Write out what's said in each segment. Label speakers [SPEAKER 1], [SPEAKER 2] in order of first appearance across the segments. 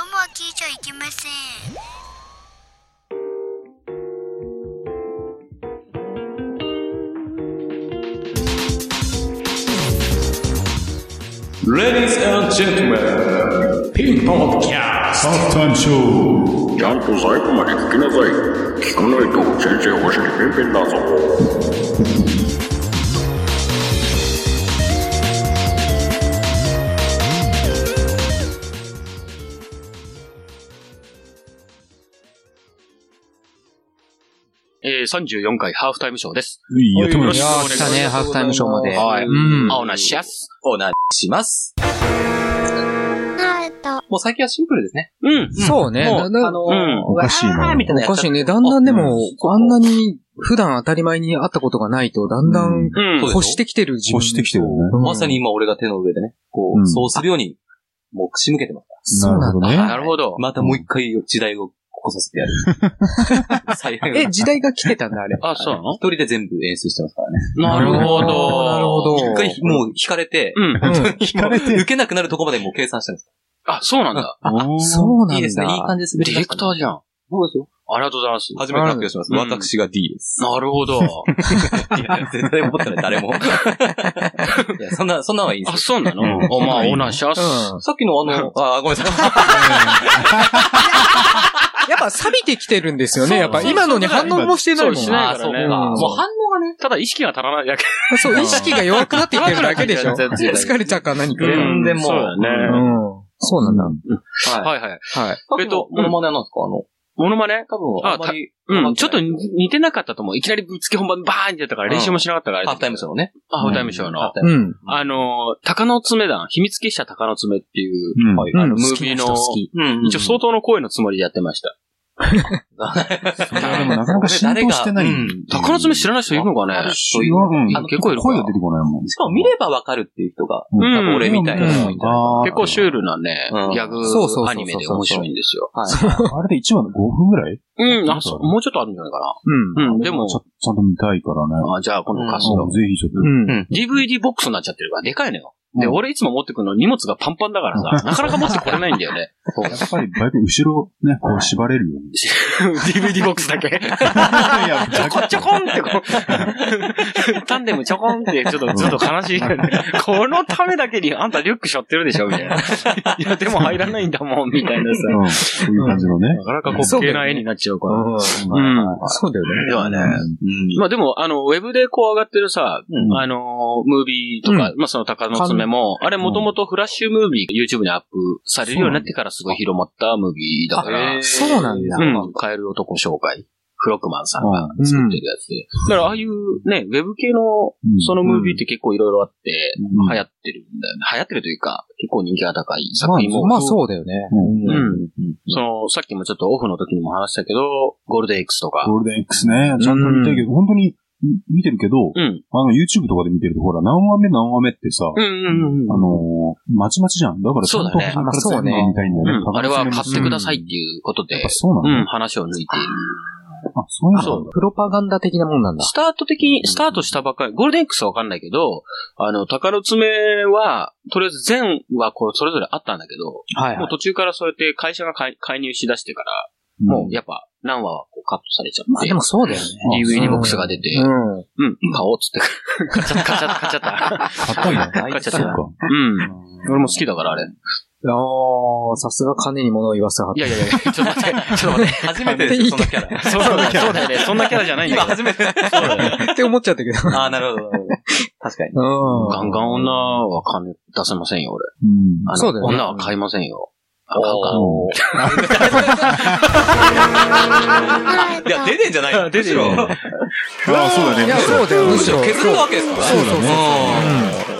[SPEAKER 1] ゃいけません。
[SPEAKER 2] Ladies and gentlemen, ピンポンキャス
[SPEAKER 3] ハーフタイムショー
[SPEAKER 4] ちゃんと最後まで聞きなさい。聞かないと先生お尻ペンペンだぞ。
[SPEAKER 5] えー、34回ハーフタイムショーです。
[SPEAKER 3] いいやってもらいま
[SPEAKER 5] い
[SPEAKER 3] す
[SPEAKER 5] やー
[SPEAKER 6] 来たね、ハーフタイムショーまで。
[SPEAKER 5] はい
[SPEAKER 6] うん。
[SPEAKER 5] 青なしやす。
[SPEAKER 7] オーナーします。
[SPEAKER 1] なーと、
[SPEAKER 7] もう最近はシンプルですね。
[SPEAKER 5] うん。
[SPEAKER 6] そうね。
[SPEAKER 7] もう、
[SPEAKER 6] な
[SPEAKER 7] あ
[SPEAKER 6] な
[SPEAKER 7] の、
[SPEAKER 5] うん
[SPEAKER 3] おかしいな
[SPEAKER 7] わーみたいな
[SPEAKER 6] おかしいね。
[SPEAKER 7] だ
[SPEAKER 6] だんだんでも、あんなに普段当たり前に会ったことがないと、だんだん
[SPEAKER 5] うん。
[SPEAKER 7] そうでしょ
[SPEAKER 6] 欲してきてる自分。
[SPEAKER 3] 欲してきてるね
[SPEAKER 6] うん
[SPEAKER 7] まさに。今俺が手の上でね、こ
[SPEAKER 3] うん
[SPEAKER 7] う、そうするように、目視向けてます。
[SPEAKER 6] そう
[SPEAKER 3] な
[SPEAKER 6] な
[SPEAKER 3] るほ
[SPEAKER 6] ん
[SPEAKER 3] ど
[SPEAKER 6] だ。
[SPEAKER 3] ね。
[SPEAKER 5] なるほど。
[SPEAKER 7] またもう一回時代を起こさ せてやる。最後
[SPEAKER 6] え、時代が来てたんだ、あれ。
[SPEAKER 5] あ、そうなの
[SPEAKER 7] 一人で全部演出してますからね。
[SPEAKER 5] なるほど。
[SPEAKER 6] なるほど。
[SPEAKER 7] 一回もう引かれて、
[SPEAKER 5] うん。
[SPEAKER 6] うん。
[SPEAKER 3] 聞かれて
[SPEAKER 7] 受けなくなるとこまでもう計算してるんです。
[SPEAKER 5] あ、そうなんだ。
[SPEAKER 3] おー
[SPEAKER 6] そうなんだ。
[SPEAKER 7] いいですね。いい感じです。
[SPEAKER 5] ディレクターじゃん。
[SPEAKER 7] そうですよ。
[SPEAKER 5] ありがとうございます。
[SPEAKER 7] 初めて発表します。
[SPEAKER 5] うん
[SPEAKER 7] 私が D です。
[SPEAKER 5] なるほ ど。
[SPEAKER 7] いや、絶対思ってない、 誰も。いや、そんな、そんなんはいいで
[SPEAKER 5] あ、
[SPEAKER 7] す
[SPEAKER 5] そうなのおまあ、オーナーしやす。
[SPEAKER 6] うん
[SPEAKER 7] よ。。さっきのあの、あー、ごめんなさい。
[SPEAKER 6] やっぱ錆びてきてるんですよね。
[SPEAKER 5] そう
[SPEAKER 6] やっぱ
[SPEAKER 5] そう
[SPEAKER 6] 今のに反応もしてないもん。
[SPEAKER 5] そうしない
[SPEAKER 7] あ
[SPEAKER 5] か
[SPEAKER 7] ーそう
[SPEAKER 5] らね。
[SPEAKER 7] か。
[SPEAKER 6] うん
[SPEAKER 7] もう反応がね、
[SPEAKER 5] ただ意識が足らないだけ。
[SPEAKER 6] そう、意識が弱くなってきてるだけでしょ。
[SPEAKER 5] 弱くなってきてる
[SPEAKER 6] 疲れちゃうから何か。うん。
[SPEAKER 7] 全然もう。
[SPEAKER 5] そうだね。
[SPEAKER 6] そうなんだ。
[SPEAKER 7] はい。
[SPEAKER 5] はいはい。
[SPEAKER 6] はい。
[SPEAKER 7] え
[SPEAKER 5] えっ
[SPEAKER 7] っ
[SPEAKER 5] と
[SPEAKER 7] と、
[SPEAKER 5] うん
[SPEAKER 7] モノマネなんですかあの、
[SPEAKER 5] モノマネ
[SPEAKER 7] 多分、
[SPEAKER 5] あ
[SPEAKER 7] あんまり、
[SPEAKER 5] うん。ちょっと
[SPEAKER 7] ハ
[SPEAKER 5] 似てなかったと思う。いきなりぶっつけ本番でバーンってやったから練習もしなかったからあれだ
[SPEAKER 7] ーフ
[SPEAKER 5] けど。
[SPEAKER 7] タイムショーのね。
[SPEAKER 5] あハーフタイムショーの。
[SPEAKER 7] ハーフタイム
[SPEAKER 6] うん。
[SPEAKER 5] あのー、鷹の爪団、秘密結社鷹の爪っていう、
[SPEAKER 3] うん
[SPEAKER 7] はい。
[SPEAKER 6] うん。
[SPEAKER 5] ムービーの、一
[SPEAKER 7] うん
[SPEAKER 5] 応相当の声のつもりでやってました。
[SPEAKER 3] それはでもなかなか浸透してない。
[SPEAKER 7] うん
[SPEAKER 5] 鷹の爪知らない人いるのかね
[SPEAKER 3] それはうん
[SPEAKER 5] あの結構いるか
[SPEAKER 3] 声が出てこないもん。
[SPEAKER 7] しかも見ればわかるっていう人が、
[SPEAKER 3] うん
[SPEAKER 7] 多分俺みたいなのもいたり
[SPEAKER 3] あー
[SPEAKER 5] 結構シュールなね
[SPEAKER 7] うん、
[SPEAKER 5] ギャグ
[SPEAKER 6] そうそうそうそう
[SPEAKER 5] アニメで面白いんですよ。
[SPEAKER 3] あれで1話の5分ぐらい
[SPEAKER 5] うん、
[SPEAKER 3] そ
[SPEAKER 5] あ、
[SPEAKER 3] う
[SPEAKER 5] そう、もうちょっとあるんじゃないか
[SPEAKER 6] うん。
[SPEAKER 5] な。うん、でも
[SPEAKER 3] ち、ゃちゃんと見たいからね。
[SPEAKER 5] あじゃあ今度貸す
[SPEAKER 3] そう
[SPEAKER 5] と。
[SPEAKER 3] ぜひちょっと。
[SPEAKER 6] うん。
[SPEAKER 5] DVD ボックスになっちゃってるから、でかいのよ。で、
[SPEAKER 3] うん
[SPEAKER 5] 俺いつも持ってくの荷物がパンパンだからさ、なかなか持ってこれないんだよね。
[SPEAKER 3] やっぱりバイク後ろね、こう縛れるように。
[SPEAKER 5] DVD ボックスだけ。
[SPEAKER 3] いや、
[SPEAKER 5] ちょこ、ちょこんってこう、タンデムちょこんって、ちょっと、ちょっと悲しいよね。このためだけにあんたリュック背負ってるでしょみたいな。いや、でも入らないんだもん、みたいなさ。
[SPEAKER 3] うん、そういう感じのね。
[SPEAKER 5] なかなか滑稽な絵になっちゃうから。うん
[SPEAKER 6] そうだよね。
[SPEAKER 5] ではね。まあでも、あの、ウェブでこう上がってるさ、
[SPEAKER 3] うん
[SPEAKER 5] あの、ムービーとか、まあその鷹の爪も、あれもともとフラッシュムービー、YouTube にアップされるようになってからすごい広まったムービーだから。
[SPEAKER 6] あ、そうなんだ。
[SPEAKER 5] うん。カエル男紹介。フロックマンさんが作ってるやつで。だから、ああいうね、ウェブ系の、そのムービーって結構いろいろあって、
[SPEAKER 3] うん
[SPEAKER 5] 流行ってるんだよね。流行ってるというか、結構人気が高い
[SPEAKER 6] ま
[SPEAKER 5] 作品も。
[SPEAKER 6] あ、まあそうだよね。
[SPEAKER 3] うん
[SPEAKER 5] うん。その、さっきもちょっとオフの時にも話したけど、ゴールデン X とか。
[SPEAKER 3] ゴールデン X ね。ちゃんと見たいけど、本当に見てるけど、
[SPEAKER 5] うん。
[SPEAKER 3] あの、YouTube とかで見てると、ほら、何話目何話目ってさ、
[SPEAKER 5] うんうんうん。
[SPEAKER 3] あのー、まちまちじゃん。だから、
[SPEAKER 5] そうだね
[SPEAKER 3] ちゃんと初めから全部見たいんだよね。
[SPEAKER 5] あれは買ってくださいっ
[SPEAKER 3] うん
[SPEAKER 5] ていうこと
[SPEAKER 3] やっ
[SPEAKER 5] で
[SPEAKER 3] ぱ、そう
[SPEAKER 5] う、
[SPEAKER 3] なんの
[SPEAKER 5] 話を抜いている。
[SPEAKER 3] あ、そういうのなんだ。
[SPEAKER 6] プロパガンダ的なもんなんだ。
[SPEAKER 5] スタート的に、スタートしたばかり、ゴールデン X はわかんないけど、あの、鷹の爪は、とりあえず全はこう、それぞれあったんだけど、
[SPEAKER 6] はい
[SPEAKER 5] もう途中からそうやって会社が介介入しだしてから、
[SPEAKER 3] うん
[SPEAKER 5] もうやっぱ何話はこうカットされちゃって、
[SPEAKER 6] まあでもそうだよね。
[SPEAKER 5] DVD ボックスが出て、
[SPEAKER 6] うん。
[SPEAKER 5] うん、買おうっつって、カチャッカチャッカチャッカチャッ
[SPEAKER 3] 買ったんだ。
[SPEAKER 5] 買っちゃった
[SPEAKER 3] そっか。
[SPEAKER 5] うん。俺も好きだから、あれ。
[SPEAKER 6] ああ、さすが金に物を言わせはっ
[SPEAKER 5] いやいやいや、ちょっと待って、ちょっと待って。
[SPEAKER 7] 初めてですよ、そのキャラ。
[SPEAKER 5] そうだね、そうだよね。そんなキャラじゃないん
[SPEAKER 7] 今
[SPEAKER 5] だよ。
[SPEAKER 7] 初めて。
[SPEAKER 6] た。って思っちゃったけど。
[SPEAKER 7] ああ、なるほど。確かに。
[SPEAKER 6] うん。
[SPEAKER 5] ガンガン女は金出せませんよ、俺。
[SPEAKER 3] うん。
[SPEAKER 5] あの
[SPEAKER 6] そうだよね
[SPEAKER 5] 女は買いませんよ。あ
[SPEAKER 7] おー
[SPEAKER 5] の
[SPEAKER 1] なー
[SPEAKER 7] いや、
[SPEAKER 1] と、
[SPEAKER 7] 出てんじゃないの
[SPEAKER 5] 出てるよ
[SPEAKER 7] むし
[SPEAKER 3] ああ、そうだね。
[SPEAKER 6] いや、そうだよ、
[SPEAKER 7] ろ
[SPEAKER 6] む
[SPEAKER 7] む
[SPEAKER 6] し
[SPEAKER 7] し
[SPEAKER 6] ろ
[SPEAKER 7] ろ。削ったわけですから
[SPEAKER 6] そうそうそう
[SPEAKER 7] うん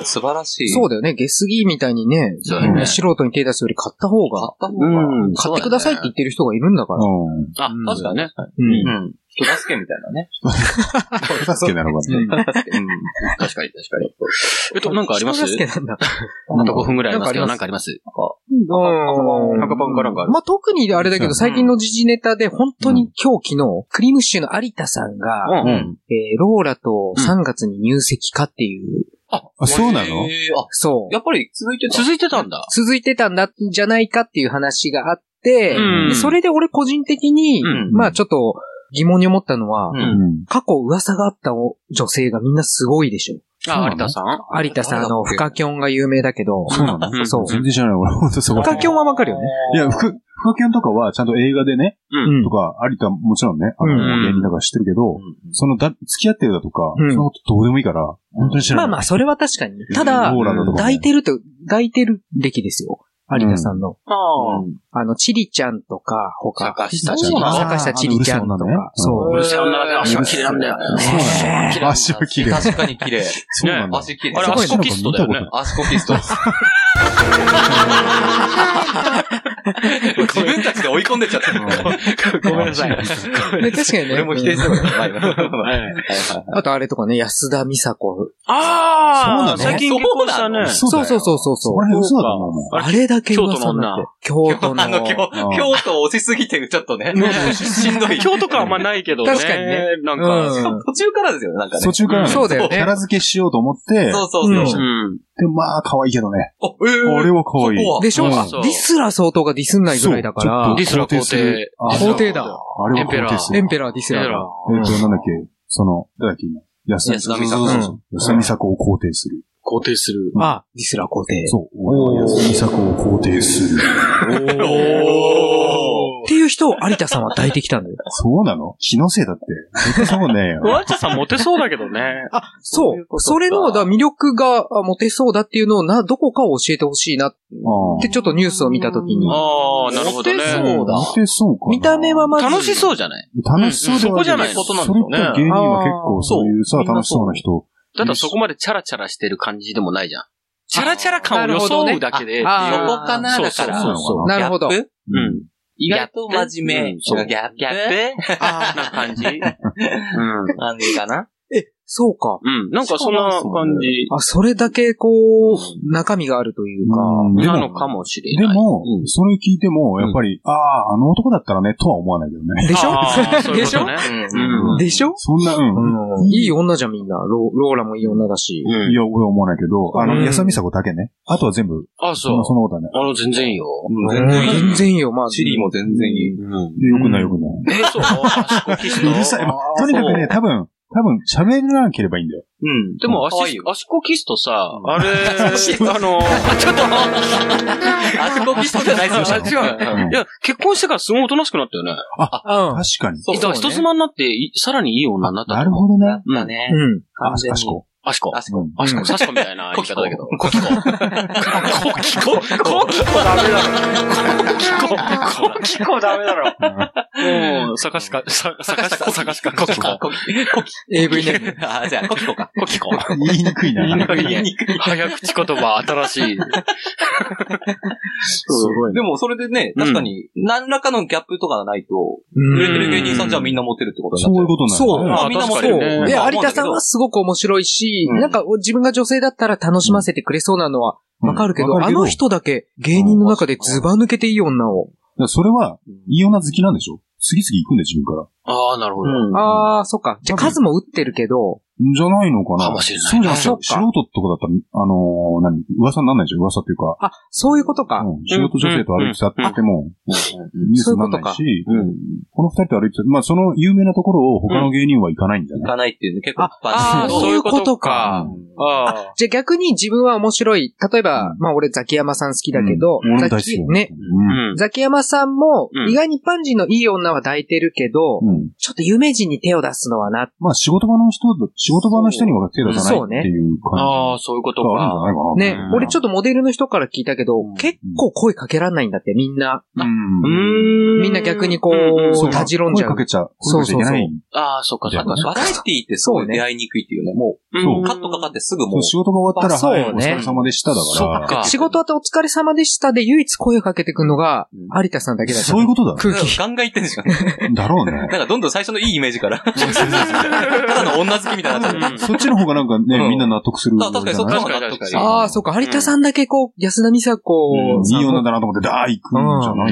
[SPEAKER 7] 素晴らしい。
[SPEAKER 6] そうだよね。ゲスギーみたいにね、
[SPEAKER 5] そうだよね
[SPEAKER 6] 素人に手出すより買った方
[SPEAKER 7] 買
[SPEAKER 6] が、
[SPEAKER 7] った方
[SPEAKER 5] う
[SPEAKER 7] が。
[SPEAKER 5] ん。
[SPEAKER 6] 買ってくださいって言ってる人がいるんだから。
[SPEAKER 3] うん。
[SPEAKER 5] あ、
[SPEAKER 6] うん
[SPEAKER 5] 確かにね。
[SPEAKER 6] うん
[SPEAKER 7] うん。人助けみたいなね。
[SPEAKER 3] 手助けなのかな。
[SPEAKER 7] 人助け。う
[SPEAKER 5] 確
[SPEAKER 7] ん。
[SPEAKER 5] かに、確かに。えっと、なんかあります
[SPEAKER 6] 人助けなんだ。
[SPEAKER 5] あと5分ぐらいありますけど、
[SPEAKER 6] な
[SPEAKER 5] なんんかあります
[SPEAKER 6] うん。
[SPEAKER 5] 赤パンかなんかある
[SPEAKER 6] まあ、特にあれだけど、最近の時事ネタで、本当に今日昨日、クリームシチューの有田さんが、
[SPEAKER 5] う。
[SPEAKER 3] うんん。
[SPEAKER 6] えーローラと3月に入籍かっていう、
[SPEAKER 3] あ、そうなの
[SPEAKER 7] えーあ、
[SPEAKER 6] そう。
[SPEAKER 7] やっぱり続いてた。
[SPEAKER 5] 続いてたんだ。
[SPEAKER 6] 続いてたんだ、じゃないかっていう話があって、て、
[SPEAKER 5] うん
[SPEAKER 6] でそれで俺個人的に、
[SPEAKER 5] うん
[SPEAKER 6] まあちょっと疑問に思ったのは、
[SPEAKER 7] う
[SPEAKER 8] うん。
[SPEAKER 6] 過去噂があったお女性がみんなすごいでしょ。
[SPEAKER 5] あ、有田さん
[SPEAKER 6] 有田さん、あの、
[SPEAKER 7] 誰だっ
[SPEAKER 6] フカ
[SPEAKER 7] け
[SPEAKER 6] キョンが有名だけど、
[SPEAKER 8] そうなの
[SPEAKER 5] うん
[SPEAKER 6] そう。
[SPEAKER 8] 全然知らない。俺、ほんとそこ
[SPEAKER 6] フ。カキョンはわかるよね。
[SPEAKER 8] いや、ふく、ふかきゅんとかは、ちゃんと映画でね、
[SPEAKER 6] うん
[SPEAKER 8] と。か、有田もちろんね、あの
[SPEAKER 5] うん、
[SPEAKER 8] 芸人だから知ってるけど、その、だ、付き合ってるだとか、
[SPEAKER 6] うん
[SPEAKER 8] そのことどうでもいいから、本当に知ら
[SPEAKER 6] ま
[SPEAKER 8] ない。
[SPEAKER 6] あまあ、それは確かに。ただ
[SPEAKER 8] ロ、ーラだとかも。
[SPEAKER 6] 抱いてると、抱いてる歴ですよ。有田さんの。
[SPEAKER 5] ああ。
[SPEAKER 6] あの、チリちゃんとか、他。
[SPEAKER 7] 坂下
[SPEAKER 8] ちゃん
[SPEAKER 6] そうなの
[SPEAKER 8] あー
[SPEAKER 6] 坂下チリちゃんと
[SPEAKER 8] あのウルソンのね
[SPEAKER 6] か。そうう。
[SPEAKER 5] るせえ女だね、足は綺麗なんだよ。
[SPEAKER 8] そうなの足は綺麗。
[SPEAKER 7] 確かに綺麗。
[SPEAKER 8] そうなんだ。
[SPEAKER 7] 足綺麗。
[SPEAKER 5] あれ、
[SPEAKER 8] すごい
[SPEAKER 5] 足コキストだよね。
[SPEAKER 7] アスコピスト。自分たちで追い込んでっちゃった。
[SPEAKER 5] ごめんなさい。
[SPEAKER 6] で確かにね。
[SPEAKER 7] 俺も否定してるから。はいはい
[SPEAKER 6] あとあれとかね、安田美沙子。
[SPEAKER 8] そ
[SPEAKER 5] ああ
[SPEAKER 8] うなの
[SPEAKER 5] 最近結婚したね。
[SPEAKER 8] 嘘だ
[SPEAKER 6] そ
[SPEAKER 8] よ
[SPEAKER 6] うそうそうそ
[SPEAKER 8] そ
[SPEAKER 6] う。そ
[SPEAKER 8] こら辺
[SPEAKER 6] う
[SPEAKER 8] 嘘だと思うもん。
[SPEAKER 5] あれ
[SPEAKER 6] あれだけ噂になって。京都の。
[SPEAKER 7] あの、京京都押しすぎて、ちょっとね、しんどい。
[SPEAKER 5] 京都感はあんまないけどね。
[SPEAKER 6] 確かにね。
[SPEAKER 5] なんか、
[SPEAKER 6] うん
[SPEAKER 7] 途中からですよね、なんかね。
[SPEAKER 8] 途中から
[SPEAKER 6] そう
[SPEAKER 8] ね、
[SPEAKER 6] だよ
[SPEAKER 8] キ
[SPEAKER 6] ね
[SPEAKER 8] ャ。ラ付けしようと思って、
[SPEAKER 7] そうそうそう。
[SPEAKER 5] ん。
[SPEAKER 8] で、まあ、可愛いけどね。
[SPEAKER 7] あ、ええ。
[SPEAKER 8] 俺は可愛い。
[SPEAKER 7] そこは
[SPEAKER 6] でしょ
[SPEAKER 8] うん
[SPEAKER 6] あ
[SPEAKER 5] そう
[SPEAKER 6] ディスラ相当がディスんないぐらいだから
[SPEAKER 5] ディ。スラ皇帝。
[SPEAKER 8] あ
[SPEAKER 6] 皇帝だ。
[SPEAKER 8] あれは皇帝する
[SPEAKER 6] エンペラーディスラーが。
[SPEAKER 8] えっと、なんだっけ、その、誰だっけ、今。安
[SPEAKER 7] 安田美沙
[SPEAKER 8] そ
[SPEAKER 7] 子
[SPEAKER 8] うそうそう安田美沙子を肯定する。
[SPEAKER 5] 皇帝する。
[SPEAKER 6] あ、ディスラ皇帝。
[SPEAKER 8] そう。俺は安田美沙子を肯定する。
[SPEAKER 7] お
[SPEAKER 6] っていう人を有田さんは抱いてきたんだよ。
[SPEAKER 8] そうなの気のせいだって。絶対そうねえよ。
[SPEAKER 5] ワッチャさんモテそうだけどね。
[SPEAKER 6] あ、そ
[SPEAKER 7] そういう
[SPEAKER 6] う。
[SPEAKER 7] ことか
[SPEAKER 6] それの、だから魅力があモテそうだっていうのをな、どこかを教えてほしいなっ
[SPEAKER 8] あ
[SPEAKER 6] て、ちょっとニュースを見たときに。
[SPEAKER 5] ああ、なるほどね
[SPEAKER 6] モ。テ
[SPEAKER 8] あ
[SPEAKER 6] そうだ
[SPEAKER 8] 似てそうかな。
[SPEAKER 6] 見た目はまず。
[SPEAKER 5] 楽しそうじゃない
[SPEAKER 8] 楽しそうでは
[SPEAKER 5] うんそこじゃない
[SPEAKER 8] そ
[SPEAKER 5] ことなん
[SPEAKER 8] れ
[SPEAKER 5] だ
[SPEAKER 8] っ
[SPEAKER 5] よ
[SPEAKER 8] て
[SPEAKER 5] ね
[SPEAKER 8] 芸人は結構そういうさ、
[SPEAKER 7] あー
[SPEAKER 8] 楽しそうな人。
[SPEAKER 5] ただそこまでチャラチャラしてる感じでもないじゃん。チャラチャラ感を
[SPEAKER 6] なる
[SPEAKER 5] 装
[SPEAKER 6] ほどね
[SPEAKER 5] うだけで。
[SPEAKER 6] あ
[SPEAKER 7] そ
[SPEAKER 6] ー
[SPEAKER 7] こかな、だから。
[SPEAKER 8] そう
[SPEAKER 6] なるほど。
[SPEAKER 7] ギャップ
[SPEAKER 5] うん。
[SPEAKER 7] 意外と真面目。
[SPEAKER 5] うんそう
[SPEAKER 7] ギャップ
[SPEAKER 5] ギャップな感じ。うん。
[SPEAKER 7] 感じかな。
[SPEAKER 6] え、そうか。
[SPEAKER 5] うん。なんかそんな感じ
[SPEAKER 6] あ、それだけ、こう、中身があるというか。
[SPEAKER 8] うんで
[SPEAKER 5] なの
[SPEAKER 8] も、
[SPEAKER 5] かもしれ
[SPEAKER 8] で
[SPEAKER 5] ない。
[SPEAKER 8] も
[SPEAKER 5] う、ん
[SPEAKER 8] それ聞いても、やっぱり、ああ、あの男だったらね、とは思わないけどね。
[SPEAKER 6] でし
[SPEAKER 5] あーそ
[SPEAKER 6] ょ
[SPEAKER 5] うい
[SPEAKER 6] で
[SPEAKER 5] うこ
[SPEAKER 6] し
[SPEAKER 5] と
[SPEAKER 6] ょ
[SPEAKER 5] ね
[SPEAKER 7] うん
[SPEAKER 6] でしょ
[SPEAKER 8] そんな、うん。
[SPEAKER 6] うんいい女じゃんみんな。ロローラもいい女だし。
[SPEAKER 5] う
[SPEAKER 8] い
[SPEAKER 5] ん。
[SPEAKER 8] や、俺は思わないけど、あ
[SPEAKER 6] う
[SPEAKER 8] の、
[SPEAKER 6] ん
[SPEAKER 8] 安田美沙子だけね。あとは全部、
[SPEAKER 5] あ、
[SPEAKER 8] そん
[SPEAKER 5] そ
[SPEAKER 8] な、そんな
[SPEAKER 5] う。
[SPEAKER 8] ことはね。
[SPEAKER 5] あの、全然いいよ。
[SPEAKER 7] 全然いい
[SPEAKER 6] 全然いいよ、まあ。
[SPEAKER 7] チリも全然いい。
[SPEAKER 5] うん。
[SPEAKER 8] よくないよくない。
[SPEAKER 5] え、そう。足こきし
[SPEAKER 8] うるさい。もうとにかくね、多分、多分、喋らなければいいんだよ。
[SPEAKER 7] うん。
[SPEAKER 5] でも、
[SPEAKER 7] 可愛い
[SPEAKER 5] 足
[SPEAKER 7] よ、
[SPEAKER 5] 足こきストさ、あれ、あの、
[SPEAKER 7] 足
[SPEAKER 5] ちょっと、
[SPEAKER 7] あそこビストじゃないですよ。
[SPEAKER 5] 違う
[SPEAKER 8] うん
[SPEAKER 5] いや、結婚してからすごいおとなしくなったよね。
[SPEAKER 6] うん
[SPEAKER 8] 確。かに。
[SPEAKER 7] そう
[SPEAKER 5] だから人妻になって、いさらにいい女になったと
[SPEAKER 8] なる
[SPEAKER 5] 思
[SPEAKER 8] ほ
[SPEAKER 5] う。
[SPEAKER 8] ど
[SPEAKER 7] だ
[SPEAKER 8] ね
[SPEAKER 7] っ。たね。
[SPEAKER 6] うん。
[SPEAKER 8] あ、
[SPEAKER 7] 完全に
[SPEAKER 8] 確か
[SPEAKER 5] 足こ。
[SPEAKER 7] 足
[SPEAKER 8] うん
[SPEAKER 5] 足こ、刺しこみたいな言い方だけど。コキコ。コキコ、コキコダメだろ。コキコ、コキコダメだろ。うん、探しか、さ探しか、探しか、コキコ。
[SPEAKER 7] コキ
[SPEAKER 6] AV ネーム。
[SPEAKER 7] あ、じゃあ、コキコか。
[SPEAKER 5] コキコ。
[SPEAKER 8] 言いにくいな。
[SPEAKER 5] 言いにくい早口言葉、新しい。
[SPEAKER 8] すごいね。
[SPEAKER 7] でも、それでね、
[SPEAKER 5] うん
[SPEAKER 7] 確かに、何らかのギャップとかがないと、
[SPEAKER 6] うん
[SPEAKER 7] 売れてる芸人さんじゃみんなモテるってことにな
[SPEAKER 8] そ
[SPEAKER 7] っ
[SPEAKER 8] うい
[SPEAKER 7] ちゃ
[SPEAKER 8] う
[SPEAKER 7] う。
[SPEAKER 8] ことにな
[SPEAKER 6] そう。
[SPEAKER 8] るね。
[SPEAKER 7] まあ
[SPEAKER 6] みんなも
[SPEAKER 7] 確
[SPEAKER 5] かにね
[SPEAKER 6] そう。で、有田さんはすごく面白いし、
[SPEAKER 7] うん
[SPEAKER 6] なんか自分が女性だったら楽しませてくれそうなのはわかるけど、
[SPEAKER 8] うん
[SPEAKER 6] あの。人だけ芸人の中でズバ抜けていい女を。
[SPEAKER 8] だからそれは、いい女好きなんでしょ次々行くんだよ、自分から。
[SPEAKER 5] ああ、なるほど。
[SPEAKER 7] うん
[SPEAKER 6] あー、そっか。じゃあ数も打ってるけど、
[SPEAKER 8] んじゃないのかな
[SPEAKER 5] かもしれない
[SPEAKER 8] そうじゃん
[SPEAKER 6] あそっ
[SPEAKER 8] 素
[SPEAKER 6] か
[SPEAKER 8] 人とかだったら、あのー、何噂にならないでしょ噂っていうか。
[SPEAKER 6] あ、そういうことか。
[SPEAKER 8] うん仕事女性と歩いてたって言っても、ニュースにならないし、
[SPEAKER 5] うん。
[SPEAKER 8] この二人と歩いてた、まあその有名なところを他の芸人は行かないんじゃ
[SPEAKER 7] 行
[SPEAKER 8] ない
[SPEAKER 7] かないっていうね、結構
[SPEAKER 6] あ
[SPEAKER 7] 一、
[SPEAKER 5] あ
[SPEAKER 7] 般
[SPEAKER 5] ー
[SPEAKER 7] 的
[SPEAKER 5] そういうことか。ああ。
[SPEAKER 6] じゃあ逆に自分は面白い。例えば、まあ俺ザキヤマさん好きだけど、
[SPEAKER 8] うん俺も大
[SPEAKER 6] ザ
[SPEAKER 8] 好き
[SPEAKER 6] キ
[SPEAKER 8] よ
[SPEAKER 6] ね。
[SPEAKER 8] うん
[SPEAKER 5] うん。
[SPEAKER 6] ザキヤマさんも
[SPEAKER 5] う、ん
[SPEAKER 6] 意外に一般人のいい女は抱いてるけど、
[SPEAKER 8] うん。
[SPEAKER 6] ちょっと有名人に手を出すのはな。
[SPEAKER 8] まあ仕事場の人だ、仕事場の人には手出さないっていう感じ
[SPEAKER 5] ああ、そういうこと
[SPEAKER 8] があるんじゃ
[SPEAKER 5] か。
[SPEAKER 8] ないかな。
[SPEAKER 6] ね、
[SPEAKER 5] うん
[SPEAKER 6] 俺ちょっとモデルの人から聞いたけど、
[SPEAKER 5] うん
[SPEAKER 6] 結構声かけらんないんだって、みんな。
[SPEAKER 8] うん。
[SPEAKER 5] ん
[SPEAKER 6] みんな逆にこ
[SPEAKER 5] ん
[SPEAKER 6] う、
[SPEAKER 8] そう
[SPEAKER 6] たじろんじゃ
[SPEAKER 8] 声
[SPEAKER 6] う
[SPEAKER 8] か。けちゃ、声かけちゃいけない。
[SPEAKER 5] ああ、そっかそっか。
[SPEAKER 7] バラエティってすごい出会いにくいっていうね、も
[SPEAKER 5] そう
[SPEAKER 7] う、カットかかってすぐ
[SPEAKER 8] そ
[SPEAKER 7] もう
[SPEAKER 8] う、仕事が終わったら、
[SPEAKER 6] あそう
[SPEAKER 8] は
[SPEAKER 6] ね
[SPEAKER 8] い、お疲れ様でしただから。
[SPEAKER 5] そっか
[SPEAKER 6] 仕事終わってお疲れ様でしたで唯一声をかけてくんのが
[SPEAKER 7] う、
[SPEAKER 6] 有田さんだけだった
[SPEAKER 8] そういうことだ。
[SPEAKER 6] 空気。
[SPEAKER 7] ガンガン行ってんじゃん。
[SPEAKER 8] だろうね。
[SPEAKER 7] なんかかどんどん最初のいいイメージから。ただの女好きみたいになっちゃって
[SPEAKER 5] うん
[SPEAKER 8] そっちの方がなんか
[SPEAKER 7] う
[SPEAKER 8] ね、
[SPEAKER 7] ん
[SPEAKER 8] みんな納得する。
[SPEAKER 7] た確かにそっちの方が納得する。
[SPEAKER 6] ああ、そうか。有田さんだけこう、安田美佐
[SPEAKER 8] う
[SPEAKER 6] 子
[SPEAKER 8] ん
[SPEAKER 6] さ
[SPEAKER 8] いい
[SPEAKER 6] ん
[SPEAKER 8] 女
[SPEAKER 6] の。
[SPEAKER 8] だなと思って、だー行くんじゃない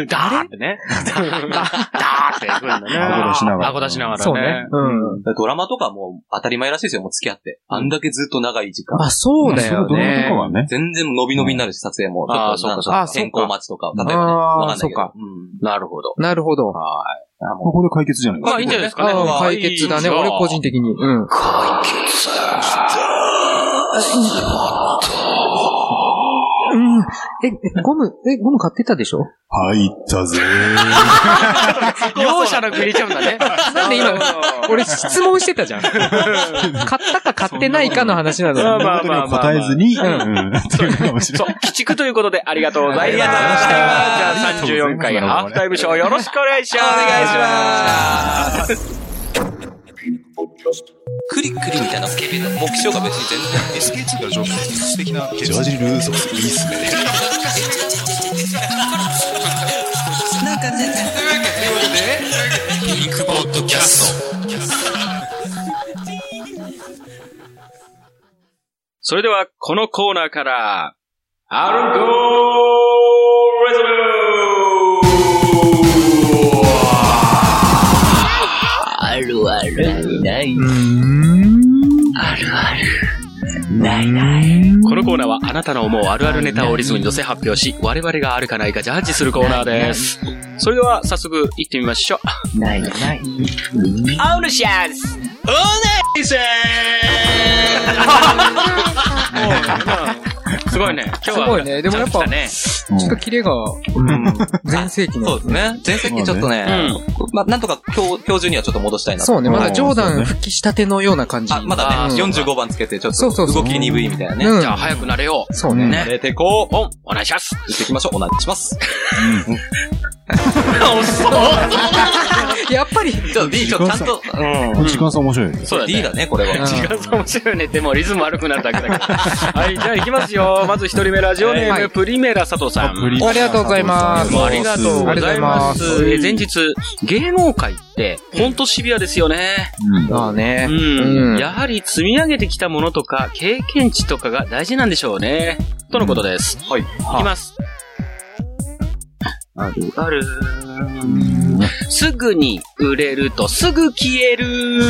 [SPEAKER 8] よ
[SPEAKER 5] ダーってね。ダーって行くんだね。
[SPEAKER 8] 顎出しながら
[SPEAKER 5] 顎出しながらね。
[SPEAKER 6] そうね。うん。
[SPEAKER 7] ドラマとかもう当たり前らしいですよ、もう付き合って。あんだけずっと長い時間。
[SPEAKER 6] あ、そうだよ
[SPEAKER 8] そういう
[SPEAKER 6] ね
[SPEAKER 8] とこ。はね。
[SPEAKER 7] 全然伸び伸びになるし、撮影も。
[SPEAKER 5] あー
[SPEAKER 7] ちょっと
[SPEAKER 5] そうかそう
[SPEAKER 6] か
[SPEAKER 7] なん天候待ちとか、例えば
[SPEAKER 6] あ
[SPEAKER 7] ね。
[SPEAKER 6] ー
[SPEAKER 7] わかんないけ
[SPEAKER 6] そ
[SPEAKER 7] ど
[SPEAKER 6] うか。
[SPEAKER 7] うん
[SPEAKER 5] なるほど。
[SPEAKER 6] なるほど。
[SPEAKER 8] ここで解決じゃない
[SPEAKER 5] まあいいんじゃないですかね。
[SPEAKER 6] ああ、解決だね。俺個人的に。うん。解決うん。え、ゴム、え、ゴム買ってたでしょ
[SPEAKER 8] 入ったぜ
[SPEAKER 5] 容赦なく入れちゃうんだね。
[SPEAKER 6] なんで今、俺質問してたじゃん。買ったか買ってないかの話なの
[SPEAKER 5] まあ
[SPEAKER 6] に。
[SPEAKER 5] まあまあまあ。
[SPEAKER 8] 答えずに、うんん、っていうかもしれ
[SPEAKER 5] そ
[SPEAKER 8] な
[SPEAKER 5] う
[SPEAKER 8] い。、
[SPEAKER 5] 鬼畜ということでありがとうございます。
[SPEAKER 7] ありがとうございました
[SPEAKER 5] じゃあ34回ハーフタイムショーよろしくお願いします。
[SPEAKER 7] お願いします。クリクリみたいなスケベな目標が別に全然。
[SPEAKER 8] ジョージ・ルーソーいいっすね。
[SPEAKER 5] それでは、このコーナーから、アルゴリズムこのコーナーはあなたの思うあるあるネタをリズムに乗せ発表し、我々があるかないかジャッジするコーナーです。それでは早速行ってみましょう。ないない。オーナシャンスオーナシャンスすごいね。今日
[SPEAKER 6] す
[SPEAKER 5] は。
[SPEAKER 6] ごいね。でもやっぱ、
[SPEAKER 5] 来たね
[SPEAKER 6] ちょっとキレが、全盛期
[SPEAKER 7] そう
[SPEAKER 6] の
[SPEAKER 7] で。すね。前席ちょっとね、まあ、なんとか今日、今日中にはちょっと戻したいなと。
[SPEAKER 6] そうね。まだジョーダ
[SPEAKER 8] そう
[SPEAKER 6] ン
[SPEAKER 8] ね
[SPEAKER 6] 復帰したてのような感じ。
[SPEAKER 7] あ、まだね、
[SPEAKER 6] うん
[SPEAKER 7] 45番つけて、ちょっ
[SPEAKER 6] そうそ
[SPEAKER 7] と
[SPEAKER 6] うそう
[SPEAKER 7] 動き鈍いみたいなね。
[SPEAKER 6] うん
[SPEAKER 5] じゃあ早くなれよう。
[SPEAKER 6] そうね。
[SPEAKER 7] ね。で、こう、
[SPEAKER 5] オン、お願いします。
[SPEAKER 7] 行ってきましょう。お願いします。
[SPEAKER 6] やっぱり、
[SPEAKER 7] ちょっと D、ちょっとちゃんと、
[SPEAKER 8] この時間差面白い。
[SPEAKER 5] そうだ
[SPEAKER 7] D
[SPEAKER 5] ね。
[SPEAKER 7] だね、これは。
[SPEAKER 5] 時間差面白いね。でもリズム悪くなるだけだ から。はい、じゃあ行きますよ。まず一人目、ラジオネー
[SPEAKER 6] は
[SPEAKER 5] ム、
[SPEAKER 6] い
[SPEAKER 5] プリメラ佐藤さん。
[SPEAKER 8] プリ
[SPEAKER 6] ありがとうございます
[SPEAKER 5] もうありがとうございます。
[SPEAKER 6] あ
[SPEAKER 5] え前日、芸能界って、ほんとシビアですよね。
[SPEAKER 8] うん
[SPEAKER 6] まあね
[SPEAKER 5] う。。
[SPEAKER 6] うんん
[SPEAKER 5] やはり積み上げてきたものとか、経験値とかが大事なんでしょうね。とのことです。はい。いきます。あるある。すぐに売れるとすぐ消える。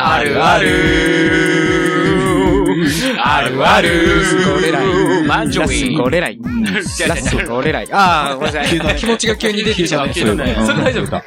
[SPEAKER 5] あるある。あるある。
[SPEAKER 6] ゴレライ。
[SPEAKER 5] マンジョ
[SPEAKER 6] ラ
[SPEAKER 5] イ
[SPEAKER 6] ス
[SPEAKER 5] ン。
[SPEAKER 6] ゴレライ。ラスゴレライ。ああ、ごめんなさい。気持ちが急に出てきちゃうね。
[SPEAKER 5] 急に出てき
[SPEAKER 8] うん
[SPEAKER 7] それ大丈夫か。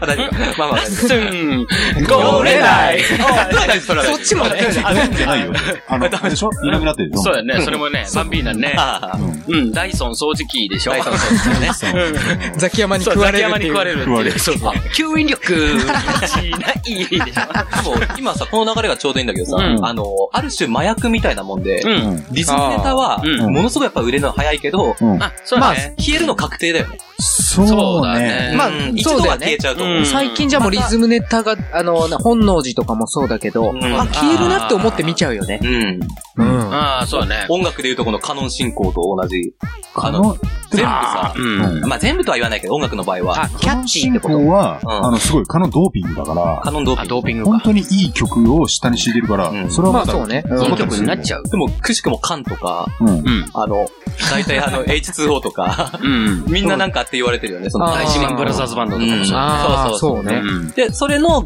[SPEAKER 7] あ大丈夫か。まあ まあ大丈
[SPEAKER 5] ゴレライ。
[SPEAKER 7] 夫。それは大
[SPEAKER 6] そ
[SPEAKER 7] 丈
[SPEAKER 6] っちもね。
[SPEAKER 8] じゃないよ。あの、あれでしょいなくなってるでしょ
[SPEAKER 5] そうだね、それもね、バンビーナね
[SPEAKER 7] 夫。。 ああ。
[SPEAKER 5] うん、ダイソン掃除機でしょ。
[SPEAKER 7] 大丈夫そうですよね。
[SPEAKER 6] ザキヤマに
[SPEAKER 5] そう、
[SPEAKER 6] 食
[SPEAKER 5] ザ
[SPEAKER 6] わ
[SPEAKER 5] キ
[SPEAKER 6] れる
[SPEAKER 5] ヤマ
[SPEAKER 6] っ
[SPEAKER 5] に
[SPEAKER 6] てい
[SPEAKER 5] 食われ
[SPEAKER 6] う。
[SPEAKER 5] るって
[SPEAKER 8] 食わ
[SPEAKER 5] い
[SPEAKER 8] れ
[SPEAKER 5] う。
[SPEAKER 8] る
[SPEAKER 5] そうそう。吸引力、しないでしょ。
[SPEAKER 7] でも、今さ、この流れがちょうどいいんだけどさ、
[SPEAKER 5] うん
[SPEAKER 7] あの、ある種麻薬みたいなもんで、
[SPEAKER 5] うん。
[SPEAKER 7] ディスネタは
[SPEAKER 5] あーう、ん
[SPEAKER 7] ものすごいやっぱ売れるの早いけど、
[SPEAKER 5] あ、そう
[SPEAKER 7] ま
[SPEAKER 5] だ
[SPEAKER 7] あ
[SPEAKER 5] ね。、
[SPEAKER 7] 消えるの確定だよね。
[SPEAKER 8] そう
[SPEAKER 5] だ
[SPEAKER 8] ね。
[SPEAKER 5] ね。
[SPEAKER 6] まあ
[SPEAKER 7] うん一
[SPEAKER 6] そう
[SPEAKER 7] 度
[SPEAKER 6] だ
[SPEAKER 7] は
[SPEAKER 6] よね
[SPEAKER 7] 消えちゃうと思う。
[SPEAKER 5] うん
[SPEAKER 6] 最近じゃもうリズムネタが、あの、な本能寺とかもそうだけど、
[SPEAKER 7] ん
[SPEAKER 6] あ、消えるなって思って見ちゃうよね。
[SPEAKER 7] うん。
[SPEAKER 8] うん。
[SPEAKER 5] ああ、そうだね。
[SPEAKER 7] 音楽でいうとこのカノン進行と同じ。あ
[SPEAKER 8] あ
[SPEAKER 7] の、
[SPEAKER 8] の、
[SPEAKER 7] 全部さ、
[SPEAKER 5] うん。
[SPEAKER 7] まあ全部とは言わないけど、音楽の場合は、
[SPEAKER 6] キャッチーってこ。
[SPEAKER 8] ことこは、
[SPEAKER 7] うん
[SPEAKER 8] あの、すごい、カノンドーピングだから
[SPEAKER 7] カ、ノンドーピ
[SPEAKER 5] あ、
[SPEAKER 7] ン
[SPEAKER 5] ドーピング
[SPEAKER 8] 本
[SPEAKER 5] か。
[SPEAKER 8] 当にいい曲を下に敷いてるから、
[SPEAKER 7] うん
[SPEAKER 8] それは
[SPEAKER 6] ま
[SPEAKER 8] ま
[SPEAKER 6] あ
[SPEAKER 8] た、
[SPEAKER 6] そうね。
[SPEAKER 5] い
[SPEAKER 8] い
[SPEAKER 5] い
[SPEAKER 8] い
[SPEAKER 5] 曲
[SPEAKER 8] 曲
[SPEAKER 5] に
[SPEAKER 8] にな
[SPEAKER 5] なっ
[SPEAKER 8] っ
[SPEAKER 5] ち
[SPEAKER 8] ち
[SPEAKER 5] ゃう。
[SPEAKER 7] でも、くしくもカンとか、
[SPEAKER 8] うん。
[SPEAKER 5] うん。
[SPEAKER 7] あの、大体あの、H2O とか、
[SPEAKER 5] うん。
[SPEAKER 7] みんななんかあって言われてるよね、その
[SPEAKER 6] あー
[SPEAKER 7] 大
[SPEAKER 5] シ
[SPEAKER 7] 事
[SPEAKER 5] マ
[SPEAKER 7] な
[SPEAKER 5] ンブラザーズバンドとかもそう。
[SPEAKER 6] あ
[SPEAKER 7] そう
[SPEAKER 6] あ、
[SPEAKER 7] そ
[SPEAKER 6] そうう
[SPEAKER 5] う
[SPEAKER 6] ね。
[SPEAKER 5] ん。
[SPEAKER 7] で、それの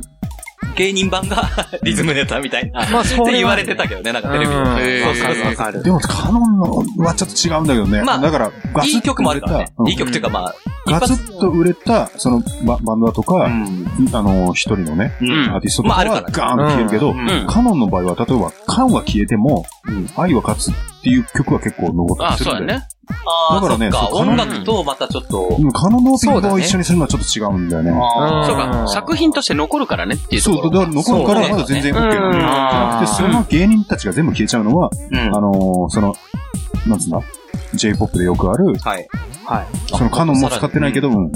[SPEAKER 7] 芸人版が リズムネタみたいな。
[SPEAKER 6] まあ、
[SPEAKER 7] っ
[SPEAKER 6] そ
[SPEAKER 7] て
[SPEAKER 6] れ
[SPEAKER 7] 言
[SPEAKER 6] は
[SPEAKER 7] わ
[SPEAKER 6] ね
[SPEAKER 7] れてたけどね、なんかテレビで。
[SPEAKER 5] へー
[SPEAKER 6] うん。わかるわかる。
[SPEAKER 8] でも、カノンのはちょっと違うんだけどね。
[SPEAKER 7] まあ
[SPEAKER 8] だから、ガ
[SPEAKER 7] い
[SPEAKER 8] ツ
[SPEAKER 7] い
[SPEAKER 8] ッと
[SPEAKER 7] 曲もあ
[SPEAKER 8] 売
[SPEAKER 7] る
[SPEAKER 8] れ
[SPEAKER 7] からね
[SPEAKER 8] た、。うん
[SPEAKER 7] いい曲っていうかまあ、一
[SPEAKER 8] ガツ
[SPEAKER 7] 発。
[SPEAKER 8] ッと売れた、その、ババンドだとか、
[SPEAKER 7] うん。
[SPEAKER 8] あの、一人のね、
[SPEAKER 5] うん
[SPEAKER 8] アーティストとか
[SPEAKER 7] まああ
[SPEAKER 8] は
[SPEAKER 7] る
[SPEAKER 8] ガーンと消えるけど、
[SPEAKER 7] うん
[SPEAKER 5] うん
[SPEAKER 8] カノンの場合は、例えば、カンは消えても、愛は勝つっていう曲は結構残っ
[SPEAKER 5] あ
[SPEAKER 8] た
[SPEAKER 5] あ、
[SPEAKER 8] りす
[SPEAKER 5] そう
[SPEAKER 8] る
[SPEAKER 5] だ
[SPEAKER 8] んだよ。
[SPEAKER 5] ね。
[SPEAKER 7] ああ、
[SPEAKER 8] だか
[SPEAKER 7] そ
[SPEAKER 8] ら
[SPEAKER 7] っ
[SPEAKER 8] ね
[SPEAKER 7] か。
[SPEAKER 8] そう
[SPEAKER 7] 音楽とまたちょっと、
[SPEAKER 8] うんカノンドーピングを一
[SPEAKER 6] そうだ
[SPEAKER 8] 緒にするのはちょっと違うんだよね。
[SPEAKER 6] うん
[SPEAKER 5] そうか。作品として残るからねっていうと
[SPEAKER 8] そう、
[SPEAKER 5] こ
[SPEAKER 8] だか
[SPEAKER 5] ろ。
[SPEAKER 8] ら残るからまだ全然 OK なんだよ
[SPEAKER 5] うん
[SPEAKER 8] じゃなくて、その芸人たちが全部消えちゃうのは、
[SPEAKER 7] うん
[SPEAKER 8] あのー、その、なんつうんだ、J-POP でよくある、
[SPEAKER 7] はい。
[SPEAKER 8] そのカノンも使ってないけど、うん